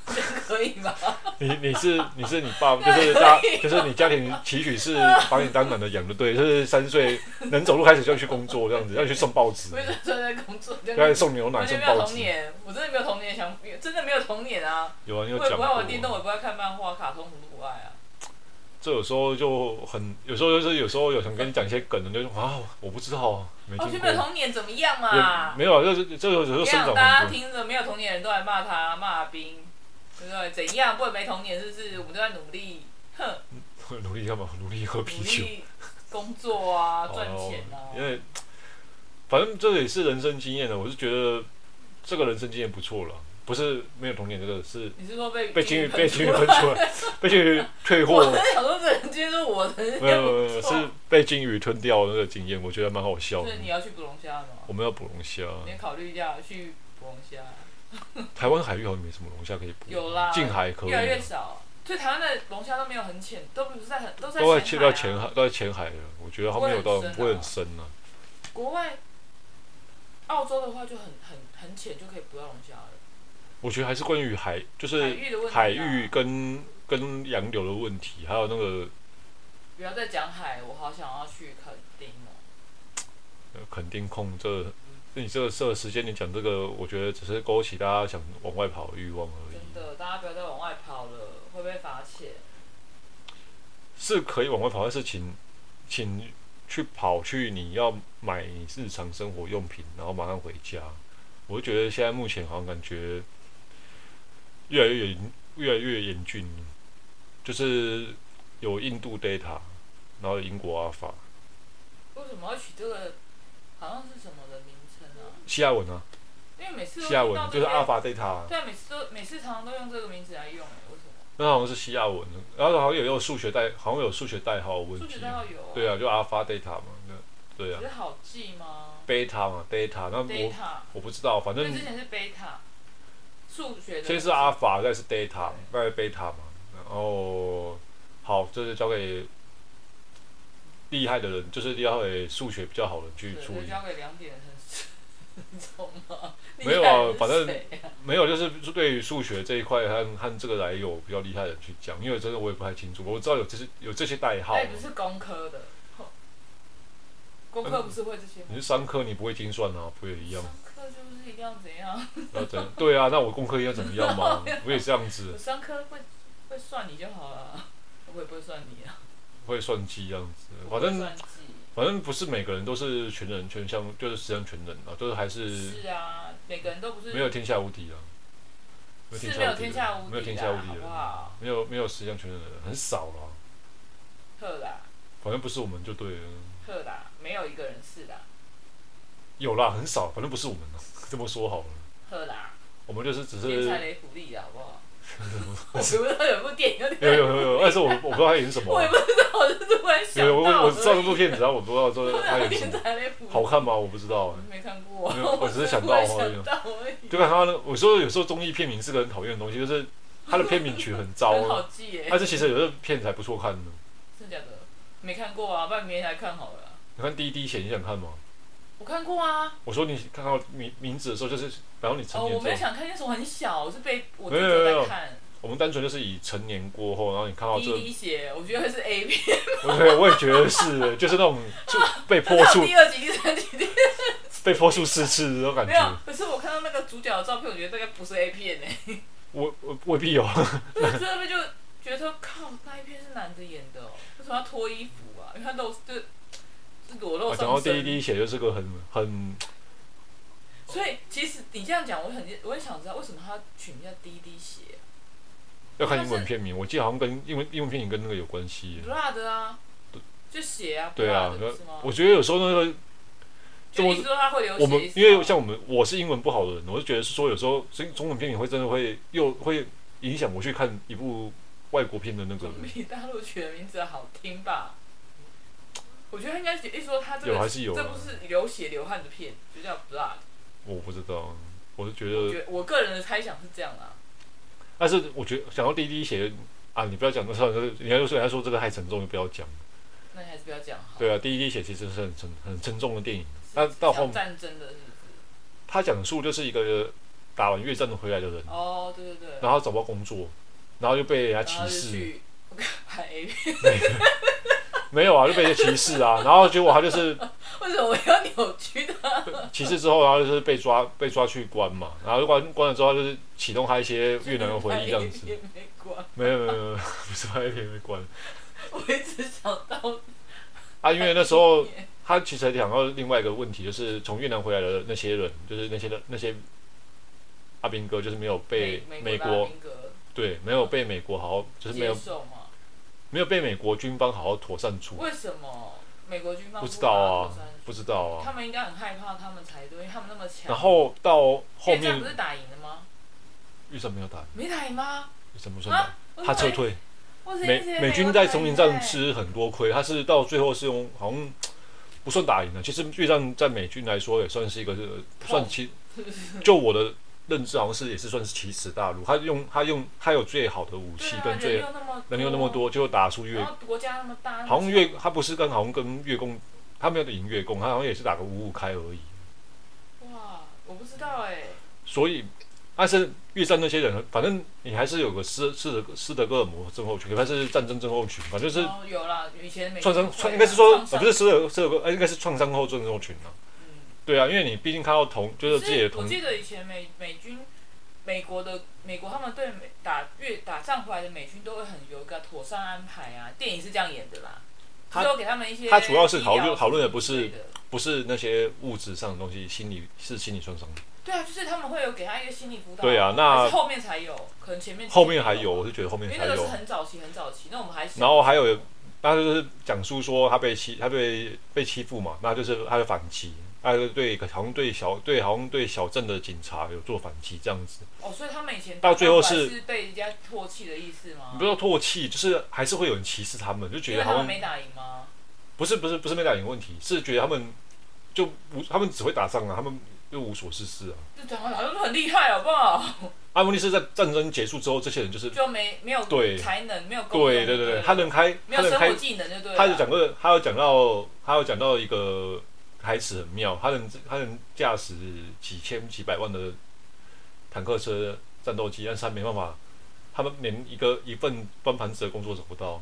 Speaker 2: 这样 可以吗？
Speaker 1: 你你是你是你爸就是 家就是你家庭期许是把你当男的养的，对，就是三岁能走路开始就要去工作这样子，要去送报纸
Speaker 2: 我，一生出来在工作，这
Speaker 1: 要
Speaker 2: 样
Speaker 1: 去
Speaker 2: 子。
Speaker 1: 送牛奶
Speaker 2: 完全
Speaker 1: 送
Speaker 2: 没有
Speaker 1: 报
Speaker 2: 童
Speaker 1: 纸。
Speaker 2: 年，我真的没有童年想，真的没有童年啊！
Speaker 1: 有啊，你
Speaker 2: 我
Speaker 1: 有
Speaker 2: 也
Speaker 1: 讲
Speaker 2: 不
Speaker 1: 过
Speaker 2: 爱
Speaker 1: 啊
Speaker 2: 玩。电动，我也不爱看漫画、卡通，什么都不爱啊。
Speaker 1: 这有时候就很，有时候就是有时候有想跟你讲一些梗的，你就说啊，我不知道啊，没
Speaker 2: 哦，
Speaker 1: 听
Speaker 2: 就
Speaker 1: 过。
Speaker 2: 没有童年怎么样
Speaker 1: 也
Speaker 2: 嘛？
Speaker 1: 没有啊，就是这个时候
Speaker 2: 这
Speaker 1: 生
Speaker 2: 样
Speaker 1: 长
Speaker 2: 大家
Speaker 1: 很多。
Speaker 2: 听着没有童年的人都来骂他骂兵，对不对？怎样？不会没童年是不是？我们都在努力，哼，
Speaker 1: 努力干嘛？努力喝啤
Speaker 2: 努
Speaker 1: 酒，
Speaker 2: 力工作啊，
Speaker 1: 哦
Speaker 2: 赚钱啊。
Speaker 1: 因为反正这也是人生经验啊的，我是觉得这个人生经验不错了，不是没有童年这个，是
Speaker 2: 你是说被
Speaker 1: 被金鱼被 金鱼
Speaker 2: 喷出
Speaker 1: 喷
Speaker 2: 来
Speaker 1: 出来，被金鱼 退
Speaker 2: 我
Speaker 1: 货，
Speaker 2: 在想说，这人接受我的，
Speaker 1: 没有没 有没有，是被金鱼吞掉的那个经验，我觉得蛮好笑
Speaker 2: 就
Speaker 1: 的
Speaker 2: 是。你要去捕龙虾了吗？
Speaker 1: 我们要捕龙虾，
Speaker 2: 你考虑一下去捕龙虾，啊
Speaker 1: 台湾海域好像没什么龙虾可以捕，
Speaker 2: 有啦，
Speaker 1: 近海可以
Speaker 2: 越来越
Speaker 1: 啊，
Speaker 2: 少。所以台湾的龙虾都没有很浅，都不是在很都在
Speaker 1: 都在浅
Speaker 2: 浅海、啊、
Speaker 1: 到浅海，都在浅海了。我觉得它没有到
Speaker 2: 不会
Speaker 1: 不会很
Speaker 2: 很深啊
Speaker 1: 深啊。
Speaker 2: 国外，澳洲的话就很很很浅就可以捕到龙虾了。
Speaker 1: 我觉得还是关于海，就是
Speaker 2: 海域的问题啊
Speaker 1: 海域跟跟洋流的问题，还有那个
Speaker 2: 不要再讲海，我好想要去垦丁哦。
Speaker 1: 呃垦丁控这，你这个这个时间你讲这个，我觉得只是勾起大家想往外跑的欲望而
Speaker 2: 真
Speaker 1: 已。
Speaker 2: 的，大家不要再往外跑了，会被罚钱。
Speaker 1: 是可以往外跑，但是请请去跑去你要买日常生活用品，然后马上回家，我就觉得现在目前好像感觉越来越严，越来越严峻，就是有印度 data，然后有英国阿尔法，
Speaker 2: 为什么要取这个？好像是什么的名称啊？
Speaker 1: 西亚文啊，
Speaker 2: 因为每次都
Speaker 1: 西亚
Speaker 2: 听到
Speaker 1: 文
Speaker 2: 这
Speaker 1: 就
Speaker 2: 个
Speaker 1: 是阿尔法 data，啊
Speaker 2: 对啊，每次都每次常常都用这个名字来用、欸，为什么？
Speaker 1: 那好像是西亚文，然后好像有有数学代，好像有数学代号的问
Speaker 2: 数
Speaker 1: 题
Speaker 2: 学，代号有、啊，
Speaker 1: 对啊，就阿尔法 data 嘛，对对啊
Speaker 2: 只是好记吗
Speaker 1: ，beta 嘛 data，那我
Speaker 2: ？data，
Speaker 1: 我不知道，反
Speaker 2: 所
Speaker 1: 正
Speaker 2: 以之前是 beta，数学的，
Speaker 1: 先是阿尔法，再是 data，再是 beta 嘛。然后好，这就交给厉害的人，就是交给数学比较好的人去
Speaker 2: 对，
Speaker 1: 处
Speaker 2: 就
Speaker 1: 理。
Speaker 2: 交给两点的很，你懂吗？
Speaker 1: 没有
Speaker 2: 厉害
Speaker 1: 啊
Speaker 2: 的，是
Speaker 1: 反正
Speaker 2: 谁啊
Speaker 1: 没有，就是对于数学这一块和和这个来有比较厉害的人去讲，因为真的我也不太清楚，我知道有这些有这些代号
Speaker 2: 那。也哎不是工科的，工科不是会这些
Speaker 1: 嗯你是
Speaker 2: 吗？
Speaker 1: 商科，你不会精算啊，不也一样
Speaker 2: 上？课就是一定要怎样？
Speaker 1: 那怎对啊？那我功课应该怎么样 嘛？
Speaker 2: 啊
Speaker 1: 我也这样子
Speaker 2: 我，上课会会算你就好了，我也不会算你啊，
Speaker 1: 会算计这样子。反
Speaker 2: 我不会
Speaker 1: 正
Speaker 2: 算计。
Speaker 1: 反正不是每个人都是全能全项，就是十项全能啊，就是还是
Speaker 2: 是啊，每个人都不是
Speaker 1: 没有天下无敌啊，
Speaker 2: 是没有天下无敌
Speaker 1: 没有天
Speaker 2: 啦
Speaker 1: 下无敌
Speaker 2: 好
Speaker 1: 的
Speaker 2: 不，好？
Speaker 1: 没有没有十项全能的人很少了，
Speaker 2: 赫啦
Speaker 1: 反正不是我们就对了，
Speaker 2: 赫啦，没有一个人是啦
Speaker 1: 有啦很少，反正不是我们啊， 这么说好了，
Speaker 2: 赫啦，
Speaker 1: 我们就是只
Speaker 2: 天
Speaker 1: 是
Speaker 2: 才雷普利啦，好不好？ 我除了有部电影有
Speaker 1: 有
Speaker 2: 点，
Speaker 1: 有有有，但是我我不知道他演什么
Speaker 2: 我也
Speaker 1: 啊，
Speaker 2: 不知道，我就突然想
Speaker 1: 有我
Speaker 2: 到
Speaker 1: 我
Speaker 2: 而已
Speaker 1: 知道这部片子，啊然后我不知道这他演什
Speaker 2: 天
Speaker 1: 么，
Speaker 2: 才雷普利
Speaker 1: 好看吗？我不知道
Speaker 2: 我
Speaker 1: 欸，
Speaker 2: 没看过，
Speaker 1: 没有我只是想
Speaker 2: 突
Speaker 1: 到
Speaker 2: 然
Speaker 1: 而已
Speaker 2: 想到而已，
Speaker 1: 就看他的，我说有时候综艺片名是个很讨厌的东西，就是他的片名取很糟
Speaker 2: 很
Speaker 1: 啊，
Speaker 2: 好记耶，
Speaker 1: 但是其实有的片子还不错看的，
Speaker 2: 真的假的？没看过啊，不然明天来看好了啊。
Speaker 1: 你看第一滴血你想看吗？
Speaker 2: 我看过啊，
Speaker 1: 我说你看到名名字的时候，就是然后你成
Speaker 2: 哦，
Speaker 1: 年
Speaker 2: 我
Speaker 1: 之
Speaker 2: 没有
Speaker 1: 后。
Speaker 2: 想看，那时候我很小，我是被我
Speaker 1: 没
Speaker 2: 舅
Speaker 1: 有
Speaker 2: 舅
Speaker 1: 没有
Speaker 2: 在看
Speaker 1: 我们单纯就是以成年过后，然后你看到
Speaker 2: 第
Speaker 1: 这
Speaker 2: 一，滴血，我觉得是 A 片，
Speaker 1: 我对我也觉得是，就是那种 就被泼
Speaker 2: 到
Speaker 1: 出
Speaker 2: 第二集、第三集、第
Speaker 1: 被泼出四次的那种感
Speaker 2: 没有
Speaker 1: 觉，。
Speaker 2: 可是我看到那个主角的照片，我觉得大概不是 A 片呢、
Speaker 1: 我我未必有，
Speaker 2: 所以这边就觉得说靠，那一片是男的演的、哦，为什么要脱衣服啊？因为他露就就裸露
Speaker 1: 啊讲
Speaker 2: 上
Speaker 1: 到
Speaker 2: 身。啊
Speaker 1: 第一滴血就是个很很
Speaker 2: 所以其实你这样讲，我很我很想知道为什么他取名叫滴滴血、啊，
Speaker 1: 要看英文片名，我记得好像跟英文英文片名跟那个有关系。
Speaker 2: blood 啊，就血啊，
Speaker 1: 对啊
Speaker 2: blood 是吗，？
Speaker 1: 我觉得有时候那个
Speaker 2: 就意思说他会流血，
Speaker 1: 我们
Speaker 2: 意思哦
Speaker 1: 因为
Speaker 2: 吗
Speaker 1: 像我们我是英文不好的人，我就觉得是说有时候中中文片名会真的会又会影响我去看一部外国片的那个
Speaker 2: 总比大陆取的名字好听吧？我觉得他应该一说他这个
Speaker 1: 有还是有啊
Speaker 2: 这部是流血流汗的片，就叫 blood。
Speaker 1: 我不知道，我是觉
Speaker 2: 我
Speaker 1: 得
Speaker 2: 觉得我个人的猜想是这样啦，
Speaker 1: 但是我觉得想到滴滴血啊，你不要讲那算了，人家就说人家说这个太沉重，就不要讲。
Speaker 2: 那你还是不要讲好。
Speaker 1: 对啊，滴滴血其实是很沉很沉重的电影。
Speaker 2: 是
Speaker 1: 那到后
Speaker 2: 讲战争的是不是？
Speaker 1: 他讲述就是一个打完越战回来的人，
Speaker 2: 哦，对对对。
Speaker 1: 然后找不到工作，然后就被人家
Speaker 2: 然后
Speaker 1: 歧
Speaker 2: 就
Speaker 1: 视，
Speaker 2: 去哎拍 A 片，
Speaker 1: 没有啊，就被人家歧视啊。然后结果他就是
Speaker 2: 为什么我要扭曲的？
Speaker 1: 歧视之后，然后就是被抓被抓去关嘛，然后关关了之后，他就是启动他一些越南的回忆这样子
Speaker 2: 拍 A。片没关，
Speaker 1: 没有没有没有，不是他一天被关
Speaker 2: 我一直想到
Speaker 1: 啊，因为那时候他其实还讲到另外一个问题，就是从越南回来的那些人，就是那些那些阿兵哥，就是没有被美
Speaker 2: 美美
Speaker 1: 国
Speaker 2: 国
Speaker 1: 对没有被美国好好，就是
Speaker 2: 的
Speaker 1: 没
Speaker 2: 接
Speaker 1: 有
Speaker 2: 受嘛？
Speaker 1: 没有被美国军方好好妥善处，
Speaker 2: 为什么美国军方
Speaker 1: 不知道啊
Speaker 2: 不打火
Speaker 1: 不知道
Speaker 2: 山
Speaker 1: 啊。
Speaker 2: 他们应该很害怕他们才对，因为他们那么强。
Speaker 1: 然后到后
Speaker 2: 越战
Speaker 1: 面
Speaker 2: 不是打赢了吗？
Speaker 1: 预算没有打，
Speaker 2: 没打赢吗？
Speaker 1: 预算不算
Speaker 2: 啊
Speaker 1: 打，，他撤退，
Speaker 2: 我哎以为
Speaker 1: 美
Speaker 2: 我以为
Speaker 1: 美军
Speaker 2: 我
Speaker 1: 在
Speaker 2: 打赢
Speaker 1: 丛林
Speaker 2: 欸
Speaker 1: 战，吃很多亏，他是到最后是用好像不算打赢啊了，其实越战在美军来说也算是一个呃算其
Speaker 2: 是不是
Speaker 1: 就我的认知，好像是也是算是奇耻大辱。他用他用他有最好的武器
Speaker 2: 对啊
Speaker 1: 跟最
Speaker 2: 人又那么
Speaker 1: 人又那么，多，就打出越
Speaker 2: 然后国家那么大，
Speaker 1: 好像越他不是跟好像跟越共，他没有赢越共，他好像也是打个五五开而已。
Speaker 2: 哇，我不知道哎，
Speaker 1: 所以，但是越战那些人，反正你还是有个斯斯德斯德哥尔摩症候群，但是战争症候群，反正就是
Speaker 2: 哦有啦，以前美
Speaker 1: 创
Speaker 2: 军
Speaker 1: 伤
Speaker 2: 会
Speaker 1: 创
Speaker 2: 啊
Speaker 1: 应该是说
Speaker 2: 创
Speaker 1: 呃
Speaker 2: 伤
Speaker 1: 不是斯德斯德哥，呃应该是创伤后症候群啊。
Speaker 2: 嗯
Speaker 1: 对啊，因为你毕竟看到同就是
Speaker 2: 可
Speaker 1: 自己的
Speaker 2: 我
Speaker 1: 同
Speaker 2: 记得以前美美军。美国的美国，他们对美打越打仗回来的美军都会很有一个妥善安排啊，电影是这样演的啦。
Speaker 1: 他
Speaker 2: 就给他们一些
Speaker 1: 他主要是
Speaker 2: 医
Speaker 1: 讨论
Speaker 2: 疗
Speaker 1: 讨论的不
Speaker 2: 之类
Speaker 1: 是
Speaker 2: 的
Speaker 1: 不是那些物质上的东西，心理是心理创伤。
Speaker 2: 对啊，就是他们会有给他一个心理辅导。
Speaker 1: 对啊那
Speaker 2: 还是后面才有，可能前面
Speaker 1: 后面还有，，我是觉得后
Speaker 2: 因
Speaker 1: 面
Speaker 2: 为
Speaker 1: 还
Speaker 2: 那个是
Speaker 1: 有。
Speaker 2: 很早期很早期，那我们还是
Speaker 1: 然后还有，他就是讲述说他被欺，他被被欺负嘛，那就是他的反击，他就对好像对小对好像对小镇的警察有做反击这样子，
Speaker 2: 哦，所以他们以前
Speaker 1: 到最后
Speaker 2: 打
Speaker 1: 是
Speaker 2: 怪是被人家唾弃的意思吗
Speaker 1: 你不？要唾弃，就是还是会有人歧视他们，就觉
Speaker 2: 因
Speaker 1: 得
Speaker 2: 为
Speaker 1: 好
Speaker 2: 他
Speaker 1: 像
Speaker 2: 们没打赢吗？
Speaker 1: 不是不是不是没打赢问题，是觉得他们就无他们只会打仗啊，他们又无所事事啊。啊
Speaker 2: 就讲好像很厉害，好不好？
Speaker 1: 阿莫利斯在战争结束之后，这些人就是
Speaker 2: 就没没有
Speaker 1: 对
Speaker 2: 才能，没有功
Speaker 1: 对
Speaker 2: 能
Speaker 1: 对对对，
Speaker 2: 了
Speaker 1: 他能开
Speaker 2: 没
Speaker 1: 他能
Speaker 2: 有生活啊
Speaker 1: 开，
Speaker 2: 技能就对了。
Speaker 1: 他有讲过，他有讲到他有讲到一个台词很妙，他能他能驾驶几千几百万的坦克车战斗机，但是他没办法，他们连一个一份端盘子的工作找不到。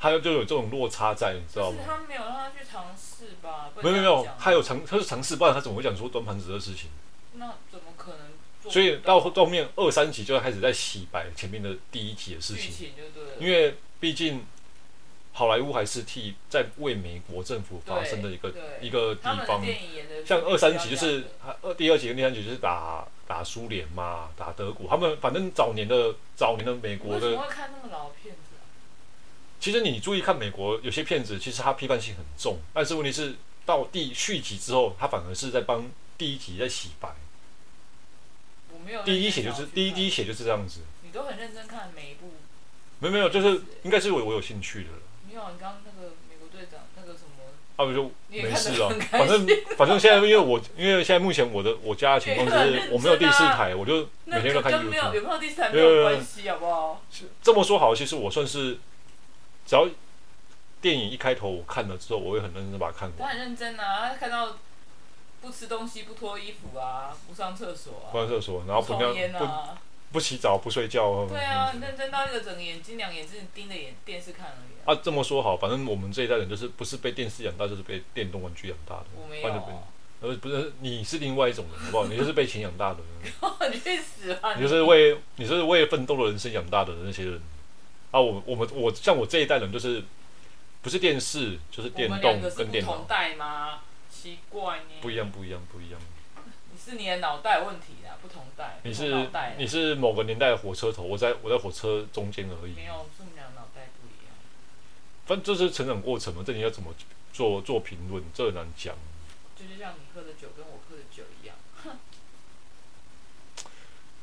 Speaker 1: 他就有这种落差在，你知道
Speaker 2: 就
Speaker 1: 吗
Speaker 2: 是？他没有让他去尝试吧？不
Speaker 1: 没有
Speaker 2: 能
Speaker 1: 没有没有
Speaker 2: 这样讲，
Speaker 1: 他有尝，他是尝试，不然他怎么会讲出端盘子的事情？
Speaker 2: 那怎么可能做不到？
Speaker 1: 所以到后到后面二三集就开始在洗白前面的第一集的事
Speaker 2: 剧
Speaker 1: 情，
Speaker 2: 情就对了，
Speaker 1: 因为毕竟好莱坞还是替在为美国政府发声的一个
Speaker 2: 对
Speaker 1: 一个地
Speaker 2: 他们的
Speaker 1: 方。
Speaker 2: 电影演的
Speaker 1: 像二三集就是啊二第二集跟第三集就是打打苏联嘛，打德国，他们反正早年的早年的美国
Speaker 2: 为什
Speaker 1: 的，
Speaker 2: 么会看那么老的片子啊？
Speaker 1: 其实你注意看美国有些片子，其实它批判性很重，但是问题是到第续集之后，它反而是在帮第一集在洗白。
Speaker 2: 我没有认真
Speaker 1: 第一血就是
Speaker 2: 想要去看
Speaker 1: 第一滴，血就是这样子，
Speaker 2: 啊你都很认真看每一部，
Speaker 1: 没有没有，就是应该是我我有兴趣的了，
Speaker 2: 没有啊你刚刚那个美国队长那个什么，
Speaker 1: 啊我就
Speaker 2: 你也
Speaker 1: 没
Speaker 2: 看
Speaker 1: 事
Speaker 2: 得
Speaker 1: 啊
Speaker 2: 很，开
Speaker 1: 反正反正现在因为我因为现在目前我的我家的情况就
Speaker 2: 你也
Speaker 1: 是
Speaker 2: 很
Speaker 1: 我没有第四
Speaker 2: 认真啊
Speaker 1: 台，我就每
Speaker 2: 那
Speaker 1: 天都
Speaker 2: 个
Speaker 1: 看
Speaker 2: 跟没有
Speaker 1: YouTube。
Speaker 2: 有没有第三
Speaker 1: 对
Speaker 2: 没
Speaker 1: 对
Speaker 2: 有
Speaker 1: 对
Speaker 2: 关系，好不好？
Speaker 1: 这么说好，其实我算是只要电影一开头我看了之后，我会很认真地把它看
Speaker 2: 他
Speaker 1: 完。
Speaker 2: 很认真啊，他看到不吃东西、不脱衣服啊、不上厕所啊、
Speaker 1: 关厕所，然后不
Speaker 2: 抽烟
Speaker 1: 尿不
Speaker 2: 啊，
Speaker 1: 不洗澡不睡觉。
Speaker 2: 对啊，
Speaker 1: 嗯
Speaker 2: 认真到一个整个眼睛两眼只盯着眼电视看而已啊、
Speaker 1: 啊，这么说好，反正我们这一代人就是不是被电视养大，就是被电动玩具养大的。
Speaker 2: 我没
Speaker 1: 不然就被
Speaker 2: 有，啊
Speaker 1: 呃，不是，你是另外一种人，好不好？ 你就是被钱养大的人，
Speaker 2: 你去死吧！
Speaker 1: 你就是为你就是为奋斗的人生养大的那些人啊！我我们我像我这一代人，就是不是电视就是
Speaker 2: 我
Speaker 1: 电
Speaker 2: 们两
Speaker 1: 动
Speaker 2: 个是
Speaker 1: 跟
Speaker 2: 不
Speaker 1: 电
Speaker 2: 同
Speaker 1: 脑，
Speaker 2: 代吗？奇怪呢，
Speaker 1: 不一样，不一样，不一样。
Speaker 2: 你是你的脑袋有问题啦，不同代，
Speaker 1: 你
Speaker 2: 不同
Speaker 1: 是
Speaker 2: 脑袋啦啊
Speaker 1: 你是某个年代的火车头，我在我在火车中间而已。
Speaker 2: 没有，是我们俩脑袋不一样。
Speaker 1: 反正这是成长过程嘛，这你要怎么做做评论，这很难讲。
Speaker 2: 就是像你喝的酒跟我喝的酒一样，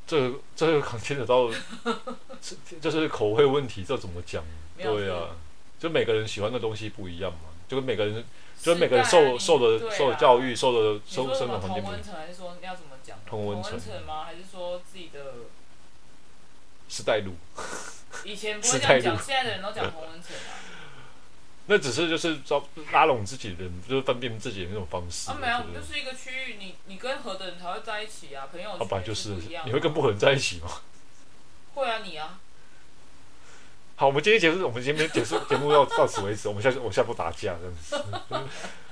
Speaker 1: 这个这个可能牵扯到 是就是口味问题，这怎么讲？
Speaker 2: 没有
Speaker 1: 对啊，就每个人喜欢的东西不一样嘛，就跟每个人就是
Speaker 2: 世
Speaker 1: 每个人
Speaker 2: 代啊
Speaker 1: 受
Speaker 2: 你
Speaker 1: 受的
Speaker 2: 对啊
Speaker 1: 受的教育、受的
Speaker 2: 你
Speaker 1: 生
Speaker 2: 说什
Speaker 1: 生活
Speaker 2: 么
Speaker 1: 环境
Speaker 2: 同
Speaker 1: 不一
Speaker 2: 温
Speaker 1: 样，
Speaker 2: 层，还是说要怎么讲？
Speaker 1: 同温层
Speaker 2: 吗？还是说自己的
Speaker 1: 是带路。
Speaker 2: 以前不会
Speaker 1: 时
Speaker 2: 这
Speaker 1: 代
Speaker 2: 样
Speaker 1: 路
Speaker 2: 讲，现在的人都讲同温层啊。
Speaker 1: 那只是就是招拉拢自己人，就是分辨自己的那种方式。
Speaker 2: 啊，
Speaker 1: 我
Speaker 2: 没有，
Speaker 1: 觉得
Speaker 2: 就是一个区域，你你跟合的人才会在一起啊，朋友
Speaker 1: 啊，本
Speaker 2: 圈
Speaker 1: 来就是
Speaker 2: 不一样啊。
Speaker 1: 你会跟不合人在一起吗？
Speaker 2: 会啊，你啊，
Speaker 1: 好，我们今天结束，我们今天结束节目要到此为止。我们下次我下不打架这样子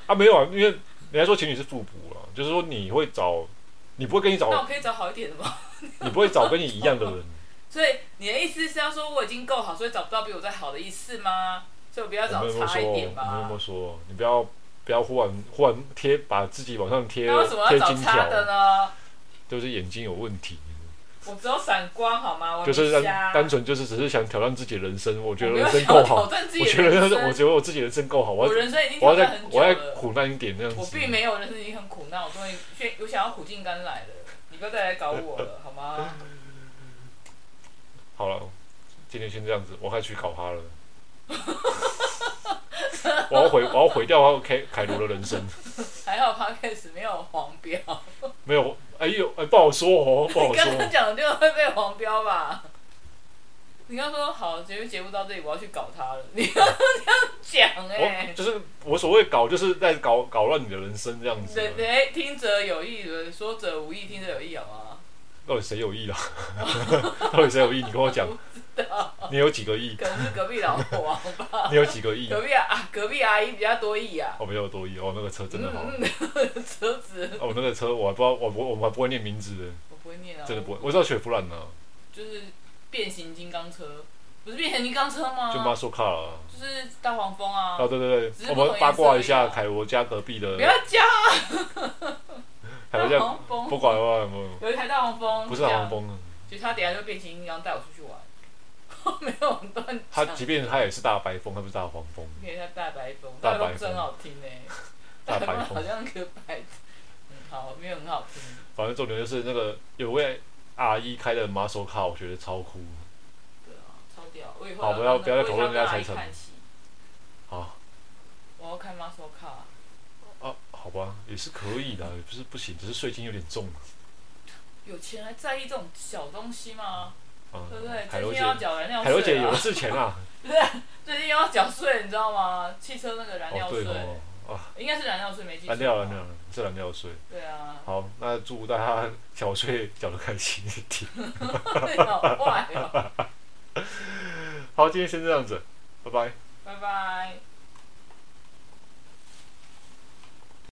Speaker 1: 啊，没有啊，因为人家说情侣是互补啊，就是说你会找，你不会跟你
Speaker 2: 那我
Speaker 1: 找，
Speaker 2: 可以找好一点的吗？
Speaker 1: 你不会找跟你一样的人。
Speaker 2: 所以你的意思是要说我已经够好，所以找不到比我再好的意思吗？所以我不要
Speaker 1: 我
Speaker 2: 找
Speaker 1: 没有
Speaker 2: 差一
Speaker 1: 说，
Speaker 2: 点
Speaker 1: 我没
Speaker 2: 吧
Speaker 1: 有。说，你不要不要忽然忽然贴把自己往上贴
Speaker 2: 那为什么
Speaker 1: 贴
Speaker 2: 要找
Speaker 1: 金
Speaker 2: 差的
Speaker 1: 条，
Speaker 2: 呢？
Speaker 1: 就是眼睛有问题，
Speaker 2: 我只有闪光好吗？我
Speaker 1: 就是
Speaker 2: 没瞎
Speaker 1: 单单纯就是只是想挑战自己的人生。我觉得
Speaker 2: 哦我没有
Speaker 1: 人生
Speaker 2: 想要
Speaker 1: 够
Speaker 2: 挑
Speaker 1: 好，
Speaker 2: 战自己
Speaker 1: 我
Speaker 2: 的
Speaker 1: 觉得
Speaker 2: 人生
Speaker 1: 我觉得我自己人生够好，我
Speaker 2: 我
Speaker 1: 要
Speaker 2: 人生已经
Speaker 1: 我
Speaker 2: 挑
Speaker 1: 要
Speaker 2: 战
Speaker 1: 再
Speaker 2: 很久
Speaker 1: 我要
Speaker 2: 了。
Speaker 1: 苦难一点这样子。
Speaker 2: 我并没有，人生已经很苦难，我终于却我想要苦尽甘来了。你不要再来搞我了，好 吗？
Speaker 1: 好了，今天先这样子，我该去搞 他了。我要毁，我要毁掉我要开凯罗的人 生。
Speaker 2: 还好 podcast 没有黄标，
Speaker 1: 没有，哎呦，哎，不好说哦，不好
Speaker 2: 你刚刚
Speaker 1: 说。
Speaker 2: 讲的就会被黄标吧？你刚说好，节目节目到这里，我要 去搞他了。你刚刚这样讲
Speaker 1: 我
Speaker 2: 哎、
Speaker 1: 就是我所谓搞，就是在搞搞乱你的人生这样子。
Speaker 2: 人哎，听者有意，说者无意，听者有意，好吗？
Speaker 1: 到底谁有意啦？ 到底谁有意？你跟我讲，你有几个亿？
Speaker 2: 可能是隔壁老婆啊，
Speaker 1: 你有几个亿？
Speaker 2: 隔壁啊啊，隔壁阿姨比较多意啊。
Speaker 1: 我没有多亿哦，那个车真的好。
Speaker 2: 嗯，嗯 哦车子
Speaker 1: 哦，那个车我还不知道，我不我们还不会念名字的，
Speaker 2: 我不会念啊，
Speaker 1: 真的不会。我知道雪佛兰呢，
Speaker 2: 就是变形金刚车，不是变形金刚车吗？
Speaker 1: 就 muscle car 啊。
Speaker 2: 就是大黄蜂啊！
Speaker 1: 哦，对对
Speaker 2: 嗯哦
Speaker 1: 对，
Speaker 2: 只是
Speaker 1: 我
Speaker 2: 不同
Speaker 1: 们八卦
Speaker 2: 颜色而已
Speaker 1: 一下
Speaker 2: 啊
Speaker 1: 凯罗家隔壁的
Speaker 2: 不，要加啊
Speaker 1: 凯
Speaker 2: 大
Speaker 1: 罗家
Speaker 2: 黄蜂，
Speaker 1: 不管不管不管，
Speaker 2: 有一台大黄蜂，
Speaker 1: 不是
Speaker 2: 就这样
Speaker 1: 黄，蜂啊，
Speaker 2: 其实他等一下就变形金刚带我出去玩， 没有很乱
Speaker 1: 他
Speaker 2: 讲。
Speaker 1: 即便他也是大白蜂，他不是大黄蜂，
Speaker 2: 可以叫大白蜂，
Speaker 1: 大白
Speaker 2: 白
Speaker 1: 蜂
Speaker 2: 真好听哎、
Speaker 1: 大白蜂
Speaker 2: 好像个白，嗯，好，没有很好听。
Speaker 1: 反正重点就是那个有位阿姨开的 muscle car，我觉得超酷。
Speaker 2: 对啊，超屌！我以后
Speaker 1: 好不要不要再讨论人家
Speaker 2: 才
Speaker 1: 财产
Speaker 2: 看齐，
Speaker 1: 好
Speaker 2: 我要开 muscle car，
Speaker 1: 啊，好吧，也是可以的，也不是不行，只是税金有点重啊
Speaker 2: 有钱还在意这种小东西吗？
Speaker 1: 啊
Speaker 2: 对不对？。
Speaker 1: 海
Speaker 2: 最
Speaker 1: 螺
Speaker 2: 近
Speaker 1: 姐，
Speaker 2: 要缴燃料
Speaker 1: 海螺姐
Speaker 2: 税
Speaker 1: 有
Speaker 2: 啊
Speaker 1: 了！之前啊，
Speaker 2: 最近要缴税，你知道吗？汽车那个燃
Speaker 1: 哦
Speaker 2: 料税
Speaker 1: 对，哦，啊，
Speaker 2: 应该是燃料税没记错。
Speaker 1: 燃料燃。料是燃料税。，
Speaker 2: 对啊
Speaker 1: 好，那祝大家缴税缴得开心一点。
Speaker 2: 好坏哦，
Speaker 1: 好，今天先这样子，拜拜。
Speaker 2: 拜拜。